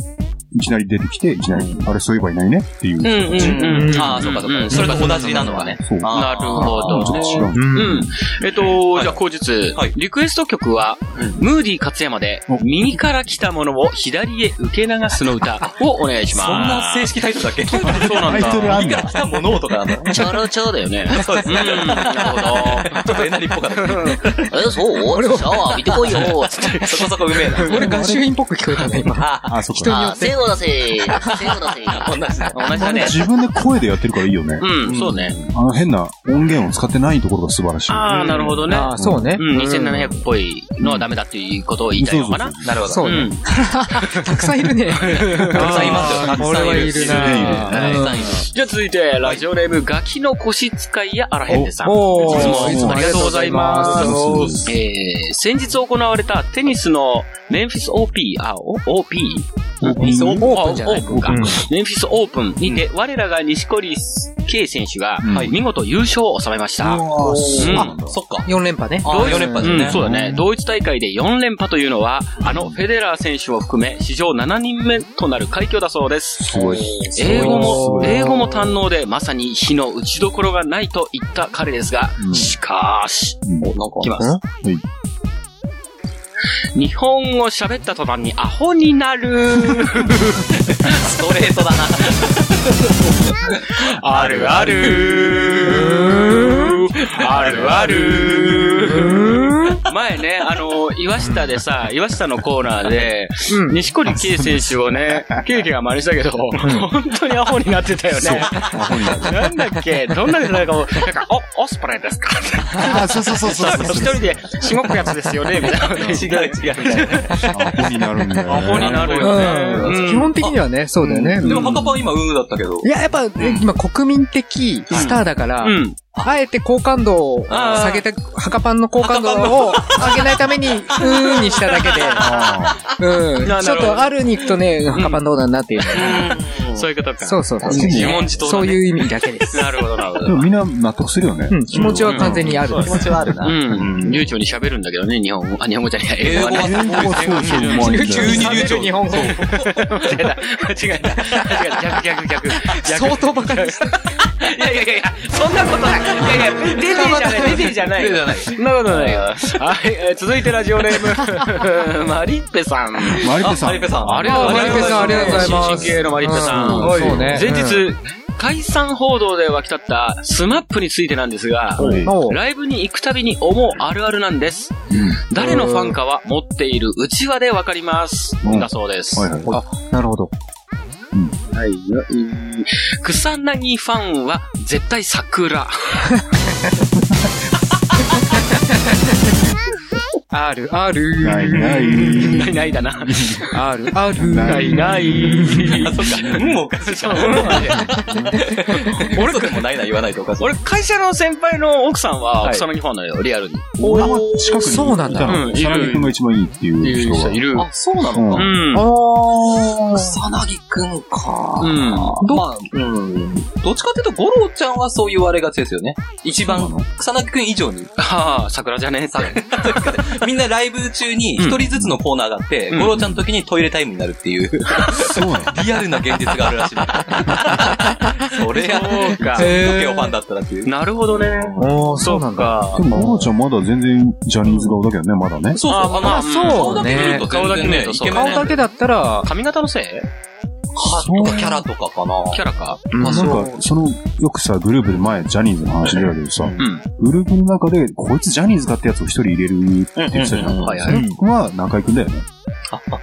[SPEAKER 8] いきなり出てきて、いきなり、あれそういえばいないねっていう。
[SPEAKER 7] うん
[SPEAKER 8] ちょっ
[SPEAKER 7] うんうん。ああ、そうかそう
[SPEAKER 5] う
[SPEAKER 7] か。
[SPEAKER 5] ん
[SPEAKER 7] それと同じなのはね。
[SPEAKER 8] そう
[SPEAKER 7] あー
[SPEAKER 5] なるほど
[SPEAKER 8] と違う。
[SPEAKER 5] う
[SPEAKER 2] うんん。。
[SPEAKER 5] えっと、
[SPEAKER 7] はい
[SPEAKER 5] じゃあ、後日、
[SPEAKER 7] はい
[SPEAKER 5] リクエスト曲は、ムーディ勝山で、
[SPEAKER 8] お
[SPEAKER 5] 右から来たものを左へ受け流すの歌をお願いします。
[SPEAKER 7] そんな正式タイトルだっけそう
[SPEAKER 5] そうなんだ。
[SPEAKER 8] タイトルあん だ。
[SPEAKER 7] 来たものとかなの
[SPEAKER 5] チャラチャラだよね。
[SPEAKER 7] そうです
[SPEAKER 5] うん、
[SPEAKER 7] ね。
[SPEAKER 5] なるほど。
[SPEAKER 7] ちょっとえなりっぽかった。
[SPEAKER 5] え、そうシャワー浴びてこいよ。
[SPEAKER 7] そこそこうめえな。
[SPEAKER 6] 俺、合衆院っぽく聞こえたね、今。
[SPEAKER 7] あ
[SPEAKER 8] あ、そっ
[SPEAKER 6] 人
[SPEAKER 8] か。
[SPEAKER 6] によって。
[SPEAKER 5] 精を出せ。精を出せ。
[SPEAKER 7] あ、同じだ。
[SPEAKER 5] 同じだね。
[SPEAKER 8] 自分で声でやってるからいいよね。
[SPEAKER 5] うん、そうね。
[SPEAKER 8] あの変な音源を使ってないところが素晴らしい。
[SPEAKER 5] ああ、なるほどね。
[SPEAKER 6] ああ、そうね。
[SPEAKER 5] うん、2700っぽいのはダメだっていうことを言いたいのかな。
[SPEAKER 7] なるほど。
[SPEAKER 6] そううね。
[SPEAKER 5] ん。
[SPEAKER 6] たくさんいるね。
[SPEAKER 7] たくさんいますよ。たく
[SPEAKER 6] 俺
[SPEAKER 7] さん
[SPEAKER 6] はいい
[SPEAKER 7] るし。
[SPEAKER 6] るな
[SPEAKER 7] たくさんいる。
[SPEAKER 5] じゃあ続いて、ラジオネーム、ガキの腰使いやあらへんでさん。
[SPEAKER 6] お
[SPEAKER 5] いつも
[SPEAKER 6] ー、
[SPEAKER 5] いつもありがとうございます。えー、先日行われたテニスのメンフィス OP、あ、お OP?
[SPEAKER 6] オープン
[SPEAKER 5] あ
[SPEAKER 6] オープンじゃない
[SPEAKER 5] オープンか。
[SPEAKER 6] う
[SPEAKER 5] メ
[SPEAKER 6] ん
[SPEAKER 5] ンフィスオープンにて、我らが西堀圭選手が、
[SPEAKER 8] うん
[SPEAKER 5] 見事優勝を収めました。
[SPEAKER 8] あそうなんだ。
[SPEAKER 7] そっか。
[SPEAKER 6] 4連覇ね。
[SPEAKER 7] あ、4連覇です
[SPEAKER 5] う
[SPEAKER 7] ね
[SPEAKER 5] ん、。そうだね。同一大会で4連覇というのは、あのフェデラー選手を含め、史上7人目となる快挙だそうです。
[SPEAKER 8] すごい。
[SPEAKER 5] 英語も、
[SPEAKER 6] すごい
[SPEAKER 5] 英語も堪能で、まさに火の打ちどころがないと言った彼ですが、
[SPEAKER 8] うん
[SPEAKER 5] しかーし、
[SPEAKER 8] うん
[SPEAKER 7] なんか
[SPEAKER 5] いきます。日本語喋った途端にアホになる。
[SPEAKER 7] ストレートだな。
[SPEAKER 5] あるある。あるある。前ね、あの、岩下でさ、岩下のコーナーで、
[SPEAKER 6] うん。
[SPEAKER 5] 西堀圭選手をね、圭圭が真似したけど、本当にアホになってたよね。なんだっけどんなネタだかも、なんか、お、オスプレイですか
[SPEAKER 8] あ、そうそうそうそう。
[SPEAKER 5] 一 人で、しごくやつですよねみたいな。
[SPEAKER 7] 違う違うみたいな。
[SPEAKER 8] アホになるんだよね。
[SPEAKER 5] アホになるよ
[SPEAKER 6] うん基
[SPEAKER 5] ね。
[SPEAKER 6] 本的にはね、そうだよね。
[SPEAKER 7] でも、
[SPEAKER 6] うん
[SPEAKER 7] ハカパン今、うーだったけど
[SPEAKER 6] い。や、やっぱ、今、国民的スターだから、
[SPEAKER 5] うん。
[SPEAKER 6] あえて好感度を下げて、ハカパンの好感度を上げないために、うーんにしただけ
[SPEAKER 8] あ
[SPEAKER 6] で、うん。
[SPEAKER 5] な
[SPEAKER 6] ち
[SPEAKER 5] な
[SPEAKER 6] ょっ
[SPEAKER 5] るほ
[SPEAKER 6] と
[SPEAKER 5] ど
[SPEAKER 6] あるに行くとね、ハカパンどうなんだっていう。
[SPEAKER 5] そういうことか。
[SPEAKER 6] そうそうそう。
[SPEAKER 5] 自問自答だね
[SPEAKER 6] そういう意味だけです。
[SPEAKER 5] なるほど、なるほ
[SPEAKER 8] ー
[SPEAKER 5] ど
[SPEAKER 8] で。もみんな納得するよね
[SPEAKER 6] う。ん、気持ちは完全にあるです。
[SPEAKER 7] ちはあるな
[SPEAKER 5] うん。流暢に喋るんだけどね、日本語。あ、日本語じゃない、英
[SPEAKER 7] 英
[SPEAKER 5] 語
[SPEAKER 7] 語
[SPEAKER 5] はね。
[SPEAKER 7] は
[SPEAKER 8] 英語がそうそう、うまいんだよ。
[SPEAKER 7] 急に流暢。
[SPEAKER 6] 日本語。
[SPEAKER 5] 間違え た。間違えた。間違えた。逆、逆、逆。逆
[SPEAKER 6] 相当バカです。
[SPEAKER 5] いやいやいやいや、そんなことない。いやいや、出てじゃない、出てじゃない。
[SPEAKER 7] 出てじゃない
[SPEAKER 5] そんなことないよ。はい、えー続いてラジオネーム、 マリッペさん。
[SPEAKER 8] マリペ
[SPEAKER 7] あ
[SPEAKER 8] さん。
[SPEAKER 7] マリペさん。
[SPEAKER 5] ありがとうございます。
[SPEAKER 6] マリッペさんありがとうございます
[SPEAKER 5] 新進系のマリッペさん。
[SPEAKER 6] うんはいそうね
[SPEAKER 5] 前日、解散報道で沸き立ったスマップについてなんですが、
[SPEAKER 8] はい
[SPEAKER 6] おう
[SPEAKER 5] ライブに行くたびに思うあるあるなんです。誰のファンかは持っている内輪でわかります。
[SPEAKER 8] うん
[SPEAKER 5] だそうです。
[SPEAKER 8] はいはい。
[SPEAKER 6] あ、なるほど。
[SPEAKER 5] はい。草薙ファンは絶対桜。
[SPEAKER 6] ある、ある。
[SPEAKER 8] ないない。
[SPEAKER 5] ないないだな。。
[SPEAKER 6] ある、ある。
[SPEAKER 8] ないない
[SPEAKER 7] あ、そっか。うんもおかしいじゃん。俺とでもないな言わないとおかしい。
[SPEAKER 5] 俺、会社の先輩の奥さんは草薙ファンだよ、リアルに。
[SPEAKER 8] 俺は近くにいた
[SPEAKER 6] そうなんだ
[SPEAKER 5] うんい
[SPEAKER 8] サ
[SPEAKER 5] る
[SPEAKER 8] ラリ君が一番いいっていう人が。
[SPEAKER 5] いる。
[SPEAKER 7] あ、そうな
[SPEAKER 8] う
[SPEAKER 7] のか。
[SPEAKER 5] うん。
[SPEAKER 6] あー。
[SPEAKER 7] 草薙くんか。
[SPEAKER 5] うん
[SPEAKER 7] まあ、うん。どっちかっていうと、五郎ちゃんはそう言われがちですよね。一番、草薙くん以上に。
[SPEAKER 5] ああ、桜じゃねえって。
[SPEAKER 7] みんなライブ中に一人ずつのコーナーがあって、
[SPEAKER 5] うん
[SPEAKER 7] 五郎ちゃんの時にトイレタイムになるって いう、
[SPEAKER 8] そうなんだ。
[SPEAKER 7] リアルな現実があるらしいね。 それや、
[SPEAKER 5] そうか
[SPEAKER 7] 時計をファンだったらっていう。
[SPEAKER 5] なるほどね。
[SPEAKER 6] おー、そうなんだ。
[SPEAKER 5] か。
[SPEAKER 8] でも、ゴロちゃんまだ全然ジャニーズ顔だけどね、まだね。
[SPEAKER 7] そう
[SPEAKER 5] あまあまあ
[SPEAKER 7] 顔だけ見る
[SPEAKER 6] ね
[SPEAKER 7] と全然ね、
[SPEAKER 5] 顔だけ見ると
[SPEAKER 7] イ
[SPEAKER 5] そう
[SPEAKER 7] ケ
[SPEAKER 6] 顔
[SPEAKER 7] メン
[SPEAKER 6] だけだったら、
[SPEAKER 5] 髪型のせい
[SPEAKER 7] とかキャラとかかな。
[SPEAKER 5] キャラか
[SPEAKER 6] うん
[SPEAKER 8] なんか、その、よくさ、グループで前、ジャニーズの話出たけどさ、
[SPEAKER 5] ん
[SPEAKER 8] グループの中で、こいつジャニーズかってやつを一人入れるって言ってたじゃ
[SPEAKER 7] うんうんうん
[SPEAKER 8] ん。
[SPEAKER 7] はい
[SPEAKER 8] それは中井くんだよね。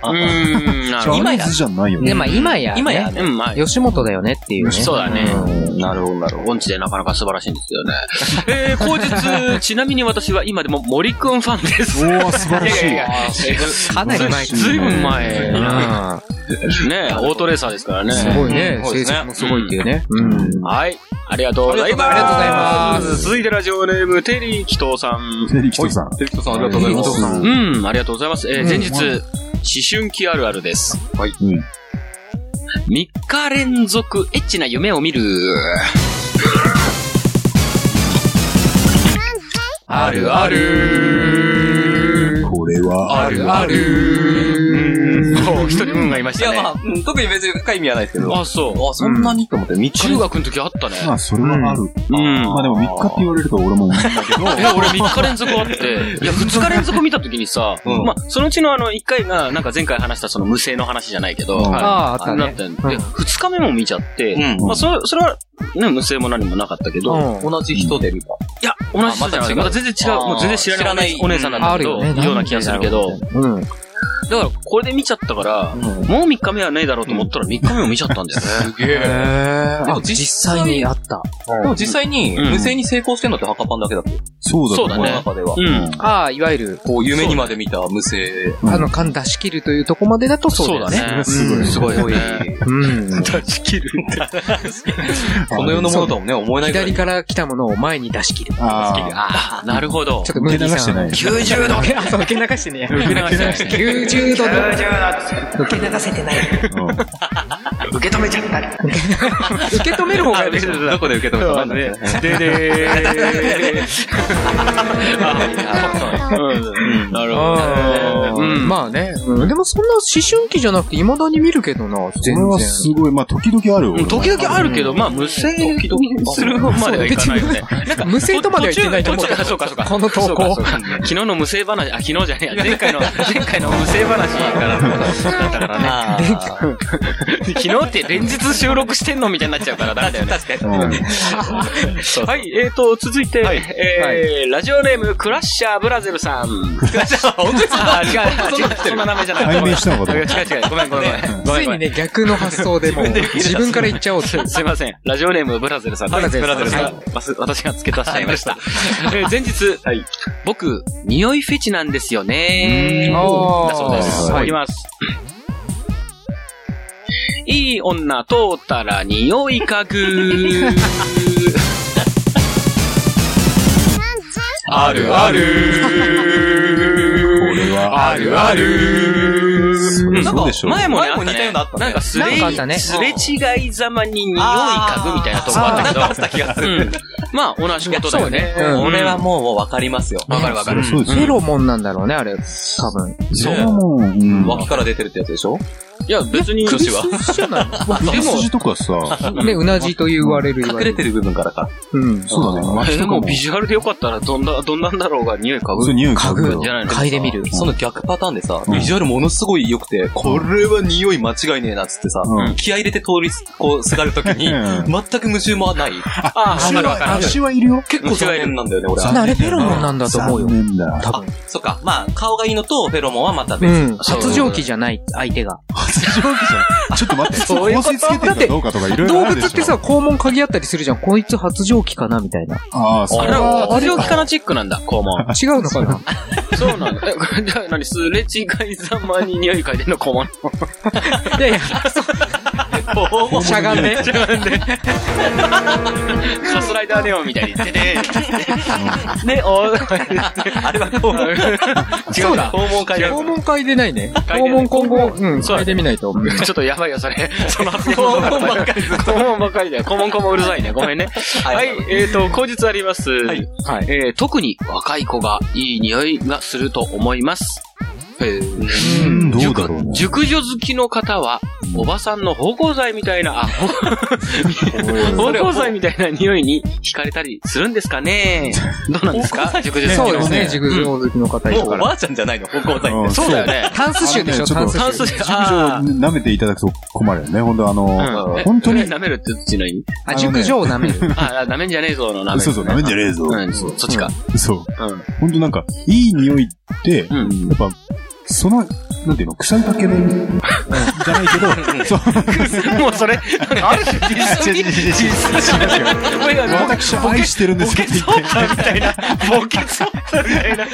[SPEAKER 5] うーん、な
[SPEAKER 8] ジャ
[SPEAKER 5] るほど。
[SPEAKER 7] 今
[SPEAKER 8] ニ
[SPEAKER 7] や
[SPEAKER 8] ーズじゃないよ
[SPEAKER 6] で、
[SPEAKER 8] ね。
[SPEAKER 6] まあ今や、
[SPEAKER 7] 今や。ね。
[SPEAKER 5] うん、まあ、
[SPEAKER 6] 吉本だよねっていうね。
[SPEAKER 5] そうだね。
[SPEAKER 7] なるほど、なるほど。
[SPEAKER 5] 音痴でなかなか素晴らしいんですけどね。えー、後日、ちなみに私は今でも森くんファン です。
[SPEAKER 8] おー、素晴らしい。
[SPEAKER 6] かなり前
[SPEAKER 8] 素
[SPEAKER 5] ず
[SPEAKER 8] 晴
[SPEAKER 5] いぶ
[SPEAKER 8] らし
[SPEAKER 5] ん前。
[SPEAKER 6] う
[SPEAKER 5] ね
[SPEAKER 6] ん
[SPEAKER 5] オートレーサーですからね。
[SPEAKER 6] すごいね。
[SPEAKER 7] そう
[SPEAKER 6] 成
[SPEAKER 7] ですね
[SPEAKER 6] 績もすごいっていうね。うん。
[SPEAKER 5] はい。ありがとうございます。
[SPEAKER 6] ありがとうございます
[SPEAKER 5] 続いてラジオネーム、テリー紀藤さん。
[SPEAKER 8] テリキトさん。
[SPEAKER 7] テリクトさんあ
[SPEAKER 8] あ
[SPEAKER 7] りがとうございます。
[SPEAKER 8] さん。
[SPEAKER 5] う、
[SPEAKER 8] うん
[SPEAKER 5] ありがとうございます。えー
[SPEAKER 6] うん
[SPEAKER 5] 前日、思春期あるあるです。はい。
[SPEAKER 8] ん。
[SPEAKER 5] 3日連続エッチな夢を見る。
[SPEAKER 6] ある
[SPEAKER 5] ある。
[SPEAKER 8] これは、
[SPEAKER 5] あるある。そう、一人運がいまし
[SPEAKER 7] い
[SPEAKER 5] た
[SPEAKER 7] や、
[SPEAKER 5] ね。
[SPEAKER 7] まあ、うん特に別に深い意味はないですけど。あ、
[SPEAKER 5] あ、そう。
[SPEAKER 7] そんなにと思って、3日
[SPEAKER 5] 中学の時あったね。
[SPEAKER 8] まあ、それはある。
[SPEAKER 5] うん。
[SPEAKER 8] まあでも3日って言われると俺も思うんだけど、
[SPEAKER 5] いや、俺3日連続あって、いや、2日連続見たときにさ、
[SPEAKER 7] うん
[SPEAKER 5] まあ、そのうちのあの、1回が、なんか前回話したその無声の話じゃないけど、
[SPEAKER 8] うん
[SPEAKER 5] はい
[SPEAKER 6] あーあったね
[SPEAKER 5] なってんで、2日目も見ちゃって、
[SPEAKER 7] うん
[SPEAKER 5] まあ、それ、それは、ね、無声も何もなかったけど、い
[SPEAKER 6] うん。
[SPEAKER 7] 同じ人で見た。
[SPEAKER 5] や、同じ人じゃない。
[SPEAKER 7] あまた違う
[SPEAKER 5] また全然違う、
[SPEAKER 7] あー
[SPEAKER 5] もう全然知らない
[SPEAKER 7] 知らない
[SPEAKER 5] お姉さんなん
[SPEAKER 6] あ
[SPEAKER 5] だ
[SPEAKER 6] る
[SPEAKER 5] け
[SPEAKER 6] よ
[SPEAKER 5] ど、
[SPEAKER 6] ね。
[SPEAKER 5] ような気がするけど、
[SPEAKER 6] うん。
[SPEAKER 5] だから、これで見ちゃったから、もう3日目はねえだろうと思ったら3日目も見ちゃったんだよね。
[SPEAKER 7] すげ
[SPEAKER 6] へ。ー
[SPEAKER 7] でも実際に
[SPEAKER 6] あった。
[SPEAKER 7] でも実際に、
[SPEAKER 5] うん
[SPEAKER 7] 無声に成功してんのってハカパンだけだった。
[SPEAKER 8] そうだと
[SPEAKER 5] そう
[SPEAKER 8] 思
[SPEAKER 5] だ
[SPEAKER 7] こ
[SPEAKER 5] ね。
[SPEAKER 7] の中では。
[SPEAKER 5] うん。
[SPEAKER 6] ああ、いわゆる、
[SPEAKER 7] こう、夢にまで見た無声。
[SPEAKER 8] うん
[SPEAKER 6] あの、缶出し切るというとこまでだとそうだよね。
[SPEAKER 5] そうだね
[SPEAKER 8] すごい
[SPEAKER 6] うん
[SPEAKER 5] すごいよね。
[SPEAKER 6] うん。
[SPEAKER 7] この世のものとはね、思えないぐらい
[SPEAKER 6] 左。から来たものを前に出し切る。ちょ
[SPEAKER 8] ああ。
[SPEAKER 5] ああ、なるほど。
[SPEAKER 6] っと無理
[SPEAKER 8] 受け流して
[SPEAKER 6] さん。
[SPEAKER 8] ない
[SPEAKER 6] 90度あ、 そう、受け流してね。
[SPEAKER 5] 受け流してない
[SPEAKER 6] 90度受け流せてない。受け止める方がいいでしょ。
[SPEAKER 7] どこで受け止めたかわかんないけどね。
[SPEAKER 5] ででーなるほどね。
[SPEAKER 6] まあね。うんでもそんな思春期じゃなくて未だに見るけどな、全
[SPEAKER 8] これは
[SPEAKER 6] 然。
[SPEAKER 8] すごい、まあ時々あるよ。俺は
[SPEAKER 5] 時々あるけど、まあ、無声するまではいかないよね。
[SPEAKER 6] なんか無声とまではいけないと思う
[SPEAKER 5] 途中途中そうかそうか
[SPEAKER 6] この投稿。
[SPEAKER 5] 昨日の無声話、あ、昨日じゃねえ や、前回の、前回の無声話からだったからね。
[SPEAKER 7] あー
[SPEAKER 5] 昨日って連日収録してんのみたいになっちゃうからダメだよね。確か
[SPEAKER 8] うん
[SPEAKER 5] はい、えーと、続いて、えー、ラジオネーム、クラッシャーブラゼルさん。クラッシャー、本当ですか違う、そんな、そんな名前じゃない。
[SPEAKER 8] 対面したのかと
[SPEAKER 5] 違う
[SPEAKER 8] 思
[SPEAKER 5] 違
[SPEAKER 8] っ
[SPEAKER 5] う
[SPEAKER 8] た。
[SPEAKER 5] 違う、ごめんごめんごめん。ご
[SPEAKER 6] つ
[SPEAKER 5] めん
[SPEAKER 6] い
[SPEAKER 5] ごめ
[SPEAKER 6] に
[SPEAKER 5] ん
[SPEAKER 6] ね、逆の発想でもう、自分から言っちゃおう って。
[SPEAKER 5] すいません。ラジオネーム、ブラゼルさん。
[SPEAKER 6] ブラゼルさん
[SPEAKER 5] さん。ます私が付け足しちゃいました。えー前日、僕、匂いフェチなんですよね。
[SPEAKER 6] あー
[SPEAKER 5] だそうです。
[SPEAKER 6] はい
[SPEAKER 5] いきます。いい女通ったら匂い嗅ぐ。あるあ
[SPEAKER 8] こ
[SPEAKER 5] る
[SPEAKER 8] れは、
[SPEAKER 5] あるあ
[SPEAKER 8] そりゃ
[SPEAKER 5] る
[SPEAKER 7] なん
[SPEAKER 8] そう
[SPEAKER 7] か
[SPEAKER 8] でしょ。
[SPEAKER 5] 前もね、
[SPEAKER 7] 前も似たようなあったね
[SPEAKER 5] なんかすれ
[SPEAKER 6] なんかあったね、
[SPEAKER 5] すれ違いざまに匂い嗅ぐみたいなとこあったけど。うんまあ、同じことだよね。
[SPEAKER 6] そうねうん
[SPEAKER 7] 俺はもうもう分かりますよ。
[SPEAKER 5] わかるわかる。
[SPEAKER 8] そうです
[SPEAKER 6] フェ
[SPEAKER 8] よ。
[SPEAKER 6] ロモンなんだろうね、あれ。多分。
[SPEAKER 8] それはもう、うん。
[SPEAKER 7] 脇から出てるってやつでしょ
[SPEAKER 5] いや、別に。
[SPEAKER 7] 女子は。
[SPEAKER 6] 一緒じゃな
[SPEAKER 8] 首筋とかさ、
[SPEAKER 6] いね、うなじと言われる言わ
[SPEAKER 7] 隠
[SPEAKER 6] れ
[SPEAKER 7] れ
[SPEAKER 6] る。
[SPEAKER 7] てる部分からか。
[SPEAKER 6] うん。
[SPEAKER 8] そうだね、
[SPEAKER 5] え
[SPEAKER 8] 脇
[SPEAKER 5] で
[SPEAKER 8] とか
[SPEAKER 5] も
[SPEAKER 8] も、
[SPEAKER 5] ビジュアルでよかったら、どんな、どんなんだろうが匂い嗅
[SPEAKER 8] そう
[SPEAKER 5] ぐ。
[SPEAKER 8] 匂い
[SPEAKER 5] 嗅
[SPEAKER 8] 嗅ぐ
[SPEAKER 5] ぐん
[SPEAKER 8] よ
[SPEAKER 5] じゃ。ないの
[SPEAKER 6] 嗅いでみる。
[SPEAKER 7] その逆パターンでさ、
[SPEAKER 8] うん
[SPEAKER 7] ビジュアルものすごい良くて、これは匂い間違いねえなっつってさ
[SPEAKER 8] う、
[SPEAKER 7] 気合い入れて通りす、こう、すがるときに、
[SPEAKER 8] うん
[SPEAKER 7] 全く無臭もない。
[SPEAKER 5] ああ、わ
[SPEAKER 8] 足
[SPEAKER 5] かるわか
[SPEAKER 8] は、
[SPEAKER 5] る。
[SPEAKER 8] 足はいるよ。
[SPEAKER 7] 結構残念なんだよね、俺
[SPEAKER 6] そんな
[SPEAKER 7] は。
[SPEAKER 6] あれフェロモンなんだと思うよ。
[SPEAKER 8] 残念だ。
[SPEAKER 6] 多
[SPEAKER 7] あ
[SPEAKER 6] 分。、
[SPEAKER 7] そっか。まあ、顔がいいのと、フェロモンはまた
[SPEAKER 6] う
[SPEAKER 7] 別。
[SPEAKER 6] ん。
[SPEAKER 5] そう
[SPEAKER 6] 発情期じゃない、相手が。
[SPEAKER 8] 発情期じゃん。ちょっと待って、
[SPEAKER 6] そういうこ
[SPEAKER 8] 香
[SPEAKER 6] と
[SPEAKER 8] 水つけてるかどうかとかいろいろ
[SPEAKER 6] 動
[SPEAKER 8] あるでし
[SPEAKER 6] 物
[SPEAKER 8] ょ。
[SPEAKER 6] ってさ、肛門嗅ぎ合ったりするじゃん。こいつ発情期かなみたいな。
[SPEAKER 8] ああ、そ
[SPEAKER 5] あ
[SPEAKER 8] れ
[SPEAKER 5] れ
[SPEAKER 8] は、
[SPEAKER 5] は、あれを聞かなチェックなんだ、肛門。
[SPEAKER 6] 違うの かな
[SPEAKER 5] そうなんだ。え、これじゃあ何すれ違いざまに匂い嗅いでんの、肛 門。
[SPEAKER 6] いやいや、そう。しゃがん で。
[SPEAKER 5] カスライダーネオンみた いに。ででーね、おー。あれは肛門。違うだ。肛門嗅いで
[SPEAKER 6] 肛門嗅いでない ね。
[SPEAKER 5] 嗅い
[SPEAKER 6] 肛
[SPEAKER 5] でない
[SPEAKER 6] 門今後、うん、
[SPEAKER 5] そう
[SPEAKER 6] 嗅いでみないと。うん
[SPEAKER 5] ちょっとやばいよ、そ れ。その発言も。肛門ばっかり。 肛門ばっかりだよ。肛門肛門うるさいね。ごめんね。はい、えっ、と、後日あります。はい。
[SPEAKER 6] はい。
[SPEAKER 5] えー特に若い子がいい匂いがすると思います。えー
[SPEAKER 8] うんどうだろうね。
[SPEAKER 5] 熟女好きの方は、おばさんの芳香剤みたいな、あ、ほ芳香剤みたいな匂いに惹かれたりするんですかねどうなんですか熟女好
[SPEAKER 6] そ
[SPEAKER 5] き
[SPEAKER 6] う
[SPEAKER 5] の
[SPEAKER 6] ですね、熟女好きの方いる
[SPEAKER 7] もう
[SPEAKER 6] か
[SPEAKER 7] お
[SPEAKER 6] ら。
[SPEAKER 7] ばあちゃんじゃないの、方向剤って。
[SPEAKER 8] ん
[SPEAKER 5] そうだよ。ね。
[SPEAKER 6] タンス臭で
[SPEAKER 8] あの
[SPEAKER 6] しょ、
[SPEAKER 8] ねちょっ
[SPEAKER 6] タ
[SPEAKER 8] と
[SPEAKER 6] ンス
[SPEAKER 5] 炭
[SPEAKER 6] 臭
[SPEAKER 5] 素。臭。
[SPEAKER 8] 熟女舐めていただくと困るよね。本当あの、
[SPEAKER 5] うんえ
[SPEAKER 8] 本当に
[SPEAKER 5] え、舐めるってどっちの意味
[SPEAKER 6] あ、熟女を舐め る。
[SPEAKER 5] あ、あ舐めんじゃねえぞの舐める。
[SPEAKER 8] そうそう、舐めんじゃねえぞ。
[SPEAKER 5] うん、そっちか。
[SPEAKER 8] そう
[SPEAKER 5] うん。
[SPEAKER 8] 本当なんか、いい匂いって、やっ
[SPEAKER 5] うん。
[SPEAKER 8] ぱ、その、なんていうの、臭いだけの、じゃないけど、そう、
[SPEAKER 5] もうそれ、ある種ディスミ、ディスミじゃないお前が
[SPEAKER 8] 私愛してるんですって言って。
[SPEAKER 5] ボケそうみたいな。
[SPEAKER 8] 違う。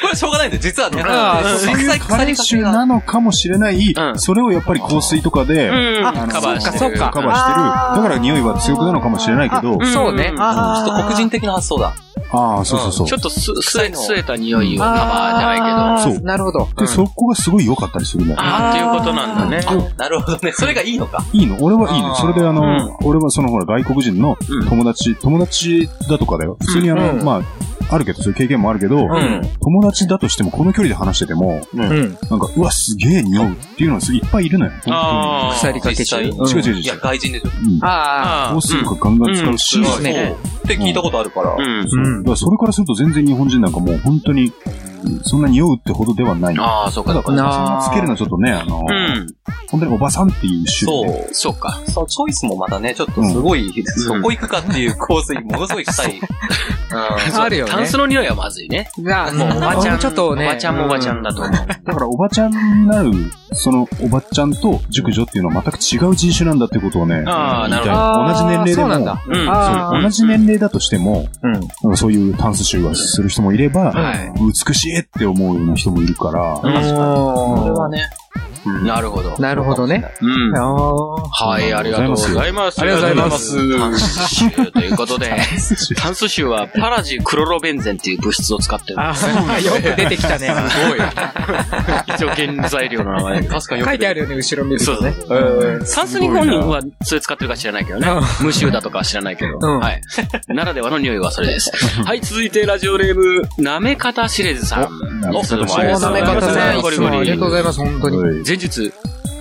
[SPEAKER 7] これしょうがないんだよ、実はね。
[SPEAKER 6] あー
[SPEAKER 8] そう
[SPEAKER 7] 実
[SPEAKER 8] い
[SPEAKER 7] 際
[SPEAKER 8] う彼
[SPEAKER 7] 臭
[SPEAKER 8] 氏
[SPEAKER 7] いが
[SPEAKER 8] なのかもしれない、
[SPEAKER 5] うん
[SPEAKER 8] それをやっぱり香水とかで、
[SPEAKER 5] うん
[SPEAKER 8] あの
[SPEAKER 5] カバーしてる
[SPEAKER 8] そうかカバーしてる。だから匂いは強くなのかもしれないけど、
[SPEAKER 5] ん
[SPEAKER 6] そうね。
[SPEAKER 5] あ
[SPEAKER 7] ちょっと黒人的な発想だ。
[SPEAKER 8] ああ、そうそうそう。
[SPEAKER 5] ちょっとす、すえ、
[SPEAKER 7] 臭いの
[SPEAKER 5] すえた匂いをカバーじゃないけど。
[SPEAKER 6] あ
[SPEAKER 8] いけど
[SPEAKER 6] ー
[SPEAKER 8] そう
[SPEAKER 6] なるほど。
[SPEAKER 8] で、そこがすごい良かったりするんだよね。
[SPEAKER 5] ああ、っていうことなんだね。
[SPEAKER 7] あ、なるほどね。それがいいのか。
[SPEAKER 8] いいの俺はいいの
[SPEAKER 7] あー
[SPEAKER 8] それであの、
[SPEAKER 5] うん
[SPEAKER 8] 俺はそのほら外国人の
[SPEAKER 5] うん
[SPEAKER 8] 友達、友達だとかだよ。普通にあの、
[SPEAKER 6] うん
[SPEAKER 8] まあ、あるけど、そういう経験もあるけど、
[SPEAKER 5] ん
[SPEAKER 8] 友達だとしてもこの距離で話してても、
[SPEAKER 5] うん。
[SPEAKER 8] なんか、うわ、すげえ匂うっていうのがいっぱいいるのよ。
[SPEAKER 9] あー
[SPEAKER 5] 腐りかけ
[SPEAKER 7] 実
[SPEAKER 5] ちゃう
[SPEAKER 7] 際。
[SPEAKER 5] うん
[SPEAKER 8] 違う違う違う
[SPEAKER 7] いや、外人でしょ。
[SPEAKER 6] あ
[SPEAKER 9] あ
[SPEAKER 6] あ。
[SPEAKER 8] 本当に。香水とかガンガン使うし、
[SPEAKER 9] うんうん
[SPEAKER 8] そう
[SPEAKER 9] す
[SPEAKER 8] だ
[SPEAKER 9] ごい
[SPEAKER 7] ね。って聞いたことあるから。
[SPEAKER 9] うん。
[SPEAKER 8] からそれからすると全然日本人なんかもう本当に、そんな匂うってほどではない。た
[SPEAKER 7] ああ、そうか、そ
[SPEAKER 8] だ
[SPEAKER 7] う
[SPEAKER 8] か
[SPEAKER 7] か。
[SPEAKER 8] ら、そのつけるのはちょっとね、あの、
[SPEAKER 9] うん。
[SPEAKER 8] 本当におばさんっていう種類
[SPEAKER 7] そ
[SPEAKER 8] で。
[SPEAKER 7] う。そうか。そのチョイスもまたね、ちょっとすごい、そこ行くかっていう香水にものすごい臭い。
[SPEAKER 6] あるよね
[SPEAKER 5] タンスの匂いはまずいね。
[SPEAKER 6] じゃあ、
[SPEAKER 5] もうおばちゃん。
[SPEAKER 6] ちょっとね。
[SPEAKER 5] おばちゃんもおばちゃんだと思う。
[SPEAKER 8] だから、おばちゃんになる、その、おばちゃんと熟女っていうのは全く違う人種なんだってことをね、
[SPEAKER 9] あー
[SPEAKER 8] 言いたい
[SPEAKER 6] あー
[SPEAKER 8] 同じ年齢で
[SPEAKER 6] そう
[SPEAKER 8] も、
[SPEAKER 6] なんだ。
[SPEAKER 9] うん
[SPEAKER 6] あ
[SPEAKER 8] そう
[SPEAKER 6] ー
[SPEAKER 8] 同じ年齢だとしても、
[SPEAKER 5] うん
[SPEAKER 8] なんかそういうタンス臭がする人もいれば、
[SPEAKER 6] はい
[SPEAKER 8] 美しいって思うような人もいるから、
[SPEAKER 5] うん
[SPEAKER 7] それは
[SPEAKER 6] おー
[SPEAKER 7] ね。なるほど。
[SPEAKER 6] なるほどね。
[SPEAKER 9] うん。
[SPEAKER 6] あー
[SPEAKER 5] はい、ありがとうございます。
[SPEAKER 6] ありがとうございます
[SPEAKER 5] タンス臭ということで、タンス臭はパラジクロロベンゼンっていう物質を使ってる。
[SPEAKER 6] あー、よく出てきたね。
[SPEAKER 5] すごい。一応原材料の名前。確か
[SPEAKER 6] 書いてあるよね、後ろ見るとね。
[SPEAKER 5] サンス日本はそれ使ってるか知らないけどね。無臭だとかは知らないけど。
[SPEAKER 6] うん
[SPEAKER 5] はい。ならではの匂いはそれです。はい、続いてラジオネーム、なめかたしれずさん。
[SPEAKER 8] お
[SPEAKER 5] いつもありがとうご
[SPEAKER 6] おな
[SPEAKER 5] ざ
[SPEAKER 6] め
[SPEAKER 5] いま
[SPEAKER 6] 方
[SPEAKER 5] す
[SPEAKER 6] さん、い
[SPEAKER 5] ゴリ
[SPEAKER 6] つ
[SPEAKER 5] ゴ
[SPEAKER 6] も
[SPEAKER 5] リ
[SPEAKER 6] ありがとうございます、本当に。
[SPEAKER 8] はい
[SPEAKER 5] 前日、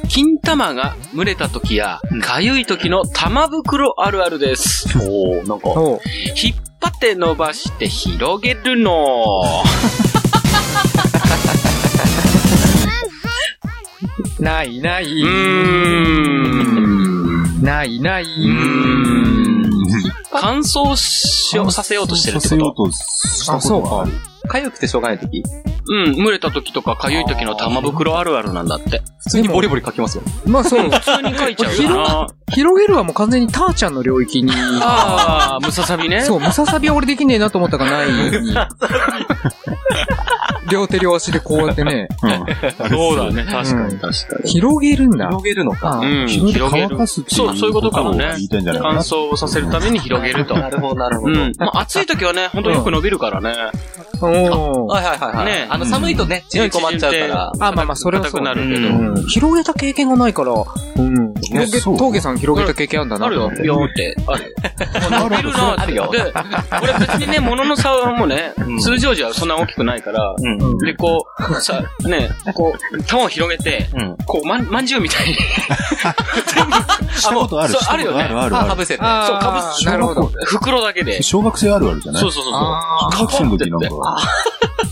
[SPEAKER 5] 金玉が蒸れた時や、かゆい時の玉袋あるあるです。おなんか。
[SPEAKER 6] そう。
[SPEAKER 5] 引っ張って伸ばして広げるの。
[SPEAKER 6] ないない。
[SPEAKER 5] うーん。
[SPEAKER 6] ないないう
[SPEAKER 5] ー。ん。乾燥しよう、させようとしてるっ
[SPEAKER 8] さ
[SPEAKER 5] て
[SPEAKER 8] せよ
[SPEAKER 5] こ
[SPEAKER 8] うとした
[SPEAKER 6] あ、
[SPEAKER 8] こと
[SPEAKER 6] そう
[SPEAKER 8] があ
[SPEAKER 6] か
[SPEAKER 8] る。。
[SPEAKER 7] かゆくてしょうがない時
[SPEAKER 5] とうん。蒸れた時とか、かゆい時の玉袋あるあるなんだって。
[SPEAKER 7] 普通にボリボリかけますよ。
[SPEAKER 6] まあそう。
[SPEAKER 5] 普通に書いちゃうよな。
[SPEAKER 6] 広げるはもう完全にターちゃんの領域に。
[SPEAKER 5] ああ、ムササビね。
[SPEAKER 6] そう、ムササビは俺できねえなと思ったからないのに。両手両足でこうやってね、
[SPEAKER 5] そうだね。確
[SPEAKER 6] か
[SPEAKER 5] 確
[SPEAKER 6] に
[SPEAKER 5] か
[SPEAKER 6] 広げるんだ。
[SPEAKER 7] 広げるのか。
[SPEAKER 6] あ
[SPEAKER 5] に。うん。
[SPEAKER 8] 広げて
[SPEAKER 5] 広げ
[SPEAKER 8] 乾
[SPEAKER 5] る
[SPEAKER 8] か。すっていう
[SPEAKER 5] そうそういうことかもね
[SPEAKER 8] を言いたいんじゃないか
[SPEAKER 5] 乾
[SPEAKER 8] な。
[SPEAKER 5] 燥させるために広げると。
[SPEAKER 7] なるほど、なるほ
[SPEAKER 5] う
[SPEAKER 7] ど。
[SPEAKER 5] ん。まあ、暑い時はね、ほんとよく伸びるからね。
[SPEAKER 6] おー
[SPEAKER 7] はいはいはいはい。
[SPEAKER 5] ね
[SPEAKER 7] あの、寒いとね、縮こまっちゃうから。
[SPEAKER 6] あ、まあまあ、それは
[SPEAKER 5] 硬
[SPEAKER 6] そ
[SPEAKER 5] く
[SPEAKER 6] う
[SPEAKER 5] な。るけ
[SPEAKER 7] う
[SPEAKER 5] ど。
[SPEAKER 6] うん広げた経験がないから、うん。広げ、
[SPEAKER 8] そう
[SPEAKER 6] 峠さん広げた経験あんだな。
[SPEAKER 5] あるよ。ビヨーンって。あるよ。伸びるな
[SPEAKER 7] あるよ
[SPEAKER 5] で、俺別にね、物の差はもうね、通常時はそんな大きくないから、
[SPEAKER 7] うん。
[SPEAKER 5] で、こう、さ、ね、こう、玉を広げて、
[SPEAKER 7] うん。
[SPEAKER 5] こう、まん、まんじゅうみたいに。
[SPEAKER 8] したことあるした
[SPEAKER 5] あもうそう
[SPEAKER 8] ことあるある
[SPEAKER 7] あ、
[SPEAKER 8] あ
[SPEAKER 7] か
[SPEAKER 8] る。
[SPEAKER 7] ぶせ
[SPEAKER 5] そ
[SPEAKER 7] て。
[SPEAKER 5] うかぶ
[SPEAKER 6] あ
[SPEAKER 5] す
[SPEAKER 6] ーなるほど。
[SPEAKER 5] 袋だけで。
[SPEAKER 8] 小学生あるあるじゃない
[SPEAKER 5] そうそうそうそう。
[SPEAKER 6] あ
[SPEAKER 8] 小学生の時なんか、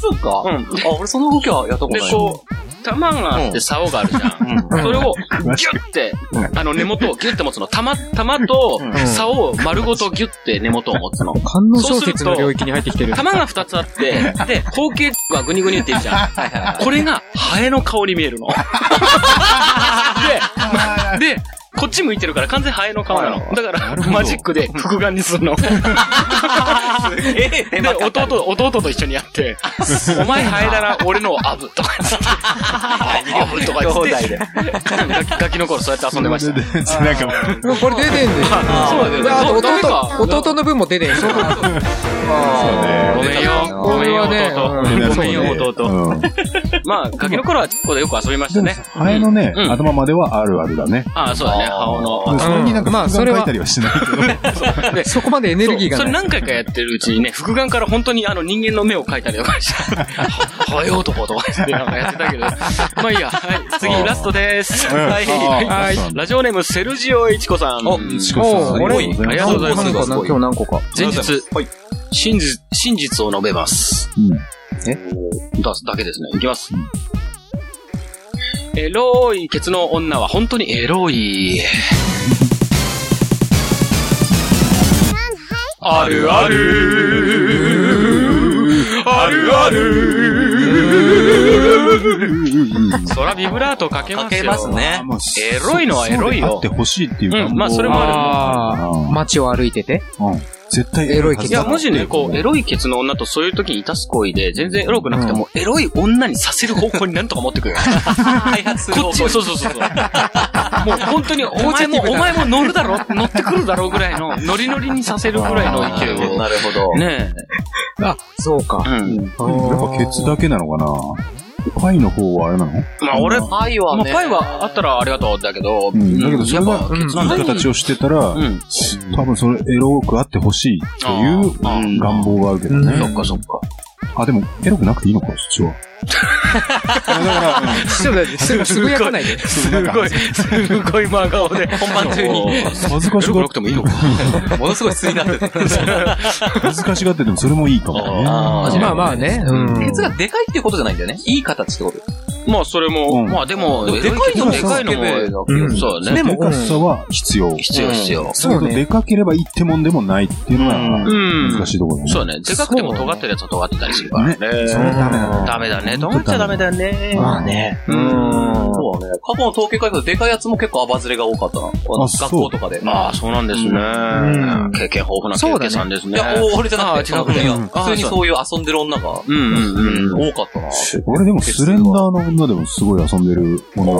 [SPEAKER 7] そうか。
[SPEAKER 5] う
[SPEAKER 7] あ、
[SPEAKER 5] ん。
[SPEAKER 7] 俺その動きはやったこと
[SPEAKER 5] で
[SPEAKER 7] ない。、
[SPEAKER 5] こう、玉があって竿があるじゃん。
[SPEAKER 7] うん。
[SPEAKER 5] それをギュッて、あの根元をギュッて持つの。玉、玉と竿を丸ごとギュッて根元を持つの。
[SPEAKER 6] ー観音小説の領域に入ってきてる。
[SPEAKER 5] 玉が二つあって、で、方形がグニグニっているじゃん。
[SPEAKER 7] はいはいはい。
[SPEAKER 5] これがハエの顔に見え るの。で、で、こっち向いてるから完全にハエの顔なの。だから、マジックで複眼にするの。
[SPEAKER 7] ええ、
[SPEAKER 5] で、弟、弟と一緒にや って、お前ハエだな、俺のをアブとかつって、アブとか
[SPEAKER 7] 兄
[SPEAKER 5] 言っ
[SPEAKER 7] 弟
[SPEAKER 5] て
[SPEAKER 7] で。、
[SPEAKER 5] ガキガキの頃そうやって遊んでました。
[SPEAKER 8] なんかもう、
[SPEAKER 6] うわこれ出てんで。
[SPEAKER 5] そうだよね
[SPEAKER 6] いやあと
[SPEAKER 5] どダメか
[SPEAKER 6] 弟、弟の分も出てんそうだ。
[SPEAKER 5] ごめんよ、ごめんよ、
[SPEAKER 6] これ
[SPEAKER 5] 弟。ごめんよ、弟。
[SPEAKER 8] うん
[SPEAKER 5] まあ、ガキの頃は、ここでよく遊びましたね。
[SPEAKER 8] ハエのね、
[SPEAKER 5] うん
[SPEAKER 8] 頭まではあるあるだね。
[SPEAKER 5] ああ、そうだね、母
[SPEAKER 8] でそれになんか、
[SPEAKER 6] まあそれ
[SPEAKER 8] 書
[SPEAKER 6] はい
[SPEAKER 8] たりはしないけど。
[SPEAKER 5] の。
[SPEAKER 6] そこまでエネルギーが
[SPEAKER 5] そうそれ
[SPEAKER 6] ない。
[SPEAKER 5] 何回かやってるうちにね、複眼から本当にあの人間の目を描いたりとかして、ははよ男とかしてなんかやってたけど。まあいいや、はい、次ラストです。
[SPEAKER 8] うん
[SPEAKER 5] はい
[SPEAKER 8] あ
[SPEAKER 5] は
[SPEAKER 8] ー
[SPEAKER 5] い。
[SPEAKER 8] そうなんだ
[SPEAKER 5] ラジオネームセルジオエチコさん。
[SPEAKER 7] お
[SPEAKER 8] しかしさ
[SPEAKER 6] おー
[SPEAKER 8] あり
[SPEAKER 5] ありがとうございます
[SPEAKER 6] 何個かな今日何個か。
[SPEAKER 5] 前日、真実、真実を述べます。
[SPEAKER 8] うん
[SPEAKER 5] だ、だけですね。いきます。エロいケツの女は本当にエロい。あるあるあるあるそらビブラートかけますよ。
[SPEAKER 7] かけますね。
[SPEAKER 8] まあ
[SPEAKER 5] エロいのはエロいよ
[SPEAKER 8] そうであってほしいっていう
[SPEAKER 5] うん、まあそれ
[SPEAKER 8] あ
[SPEAKER 5] もある。
[SPEAKER 6] ああ、街を歩いてて。
[SPEAKER 8] うん絶対
[SPEAKER 5] いや、もしね、こう、エロいケツの女とそういう時にいたす行為で、全然エロくなくても、エロい女にさせる方向になんとか持ってく る。
[SPEAKER 7] 開発する
[SPEAKER 5] こ
[SPEAKER 7] 方
[SPEAKER 5] っち、そうそうそうそう。もう本当に、 お前も、お前も乗るだろ 乗ってくるだろうぐらいの、ノリノリにさせるぐらいの勢いを。
[SPEAKER 7] なるほど。
[SPEAKER 5] ね
[SPEAKER 6] あ、そうか。
[SPEAKER 5] え。うん。
[SPEAKER 8] やっぱケツだけなのかなパイの方はあれなの
[SPEAKER 5] まあ俺、ま
[SPEAKER 10] パイは
[SPEAKER 5] あ
[SPEAKER 10] ね。
[SPEAKER 5] パイはあったらありがとうだけど、
[SPEAKER 8] うん。だけど、そ
[SPEAKER 5] や
[SPEAKER 8] れ
[SPEAKER 5] っ
[SPEAKER 8] が
[SPEAKER 5] ぱ、、
[SPEAKER 8] うん、
[SPEAKER 5] ケツなんだよ。
[SPEAKER 8] 形をしてたら、
[SPEAKER 5] うん。
[SPEAKER 8] 多分それエロくあってほしいっていう
[SPEAKER 5] あー
[SPEAKER 8] 願望があるけどね。
[SPEAKER 5] そっかそっか。
[SPEAKER 8] あ、でも、エロくなくていいのか、そっちは。
[SPEAKER 6] ちょっと待ってすぐつぶやかない で。
[SPEAKER 5] すごい、すごい真顔で。
[SPEAKER 7] 本番中に。
[SPEAKER 8] 恥ずかし
[SPEAKER 5] 白く
[SPEAKER 8] が
[SPEAKER 5] なくてもいいのか。
[SPEAKER 7] ものすごい吸いなって て。
[SPEAKER 8] 恥ずかしがってても、それもいいかもね。
[SPEAKER 7] あ
[SPEAKER 6] まあまあね。うん。
[SPEAKER 7] ケツがでかいっていうことじゃないんだよね。いい形ってこと。
[SPEAKER 5] まあそれも、
[SPEAKER 8] うん
[SPEAKER 5] まあでも、
[SPEAKER 7] でかいのも
[SPEAKER 5] でかいのも、
[SPEAKER 6] うん
[SPEAKER 5] そうだね。
[SPEAKER 6] でも
[SPEAKER 8] で、かさは必要。
[SPEAKER 5] 必要必要。
[SPEAKER 8] そうね。でかければいいってもんでもないっていうのが、
[SPEAKER 5] うん
[SPEAKER 8] 難しいところだね。
[SPEAKER 5] そうだね。でかくても尖ってるやつは尖ってたりするからね。
[SPEAKER 8] それダメだね。
[SPEAKER 5] ダメだね。尖っちゃダメだよね。
[SPEAKER 8] まあ
[SPEAKER 5] ね。
[SPEAKER 8] うん。
[SPEAKER 7] そうだね。過去の統計会議のでかいやつも結構アバズレが多かったな。あの
[SPEAKER 8] あそう
[SPEAKER 7] 学校とかで。
[SPEAKER 5] ああ、そうなんですね。
[SPEAKER 6] ん
[SPEAKER 5] 経験豊富な経験さんです
[SPEAKER 7] い
[SPEAKER 5] ね。
[SPEAKER 7] や、お俺じゃなくて、
[SPEAKER 5] あ違う
[SPEAKER 7] いや
[SPEAKER 5] うん
[SPEAKER 7] 普通にそういう遊んでる女が、
[SPEAKER 5] うんうんうん。
[SPEAKER 7] 多かったな。
[SPEAKER 8] 俺でも、スレンダーの女でもすごい遊んでるものが、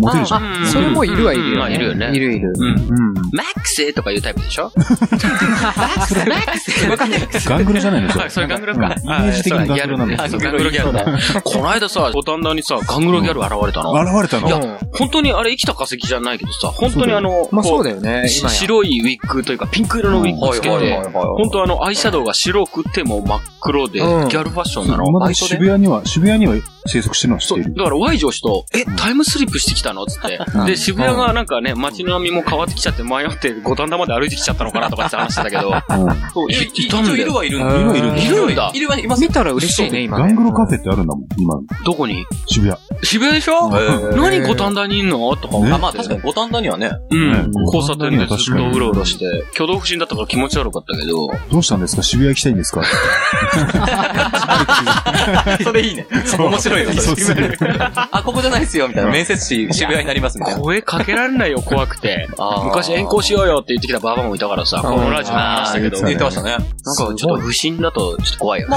[SPEAKER 8] モテるじゃん。
[SPEAKER 5] うん
[SPEAKER 6] それもいるはいるよね。
[SPEAKER 5] まあいるよね。
[SPEAKER 6] いるいる。
[SPEAKER 5] うん。
[SPEAKER 8] うん。
[SPEAKER 5] マックスとかいうタイプでしょマックスマックスわかんない。
[SPEAKER 8] ガングルじゃないの
[SPEAKER 5] はい、それガングロか。
[SPEAKER 8] うんイメージ的にガングロなんだ
[SPEAKER 5] あそうガングロギャルだ。この間さ、五反田にさ、ガングロギャル現れたの。
[SPEAKER 8] 現れたの
[SPEAKER 5] いや、本当にあれ生きた化石じゃないけどさ、本当にあの、
[SPEAKER 6] まあ
[SPEAKER 5] こ
[SPEAKER 6] そうだよね。
[SPEAKER 5] し
[SPEAKER 6] 今や
[SPEAKER 5] 白いウィッグというか、ピンク色のウィッグつけ
[SPEAKER 7] はいはいはい
[SPEAKER 5] て、
[SPEAKER 7] はい
[SPEAKER 5] 本当あの、アイシャドウが白くても真っ黒で、ギ
[SPEAKER 6] うん
[SPEAKER 5] ャルファッションなの。
[SPEAKER 8] ま
[SPEAKER 7] バ
[SPEAKER 8] だ
[SPEAKER 7] イトで
[SPEAKER 8] 渋谷には、渋谷には生息してるのは知っ
[SPEAKER 5] そ
[SPEAKER 8] て
[SPEAKER 5] う。
[SPEAKER 8] いる。
[SPEAKER 5] だから、Y 上司と、え、タイムスリップしてきたのつって。で、渋谷がなんかね、街並みも変わってきちゃって、迷って五反田まで歩いてきちゃったのかなとかって話してたけど、
[SPEAKER 8] うん
[SPEAKER 7] そう、いる
[SPEAKER 5] いたんだよ
[SPEAKER 7] 一応いるはいるんだ
[SPEAKER 6] うんいる
[SPEAKER 5] いるんだ
[SPEAKER 7] いるはいます
[SPEAKER 6] 見たら嬉しいね、今ね。
[SPEAKER 8] ガングロカフェってあるんだもん、今、
[SPEAKER 5] どこに
[SPEAKER 8] 渋谷。
[SPEAKER 5] 渋谷でしょ何五反田にいんのとか思って。
[SPEAKER 8] ね
[SPEAKER 7] あ、まあ確かに五反田にはね、
[SPEAKER 5] うん。
[SPEAKER 8] うん
[SPEAKER 5] 交差点でずっとうろうろし
[SPEAKER 8] 確
[SPEAKER 5] て、挙動不審だったから気持ち悪かったけど、
[SPEAKER 8] どうしたんですか渋谷行きたいんですか
[SPEAKER 7] それいいね。面白いよ、それ。あ、ここじゃないっすよ、みたいな。面接し、渋谷になります、みたいな。
[SPEAKER 5] 声かけられないよ、怖く て。
[SPEAKER 7] あー
[SPEAKER 5] 昔遠行しようよって言ってきたババもいたからさ、このラジオで話
[SPEAKER 7] あ
[SPEAKER 5] し
[SPEAKER 7] あ
[SPEAKER 5] たけ
[SPEAKER 7] ー、言
[SPEAKER 5] ど、
[SPEAKER 7] ってましたね。
[SPEAKER 5] なんかちょっと不審だとちょっと怖いよね。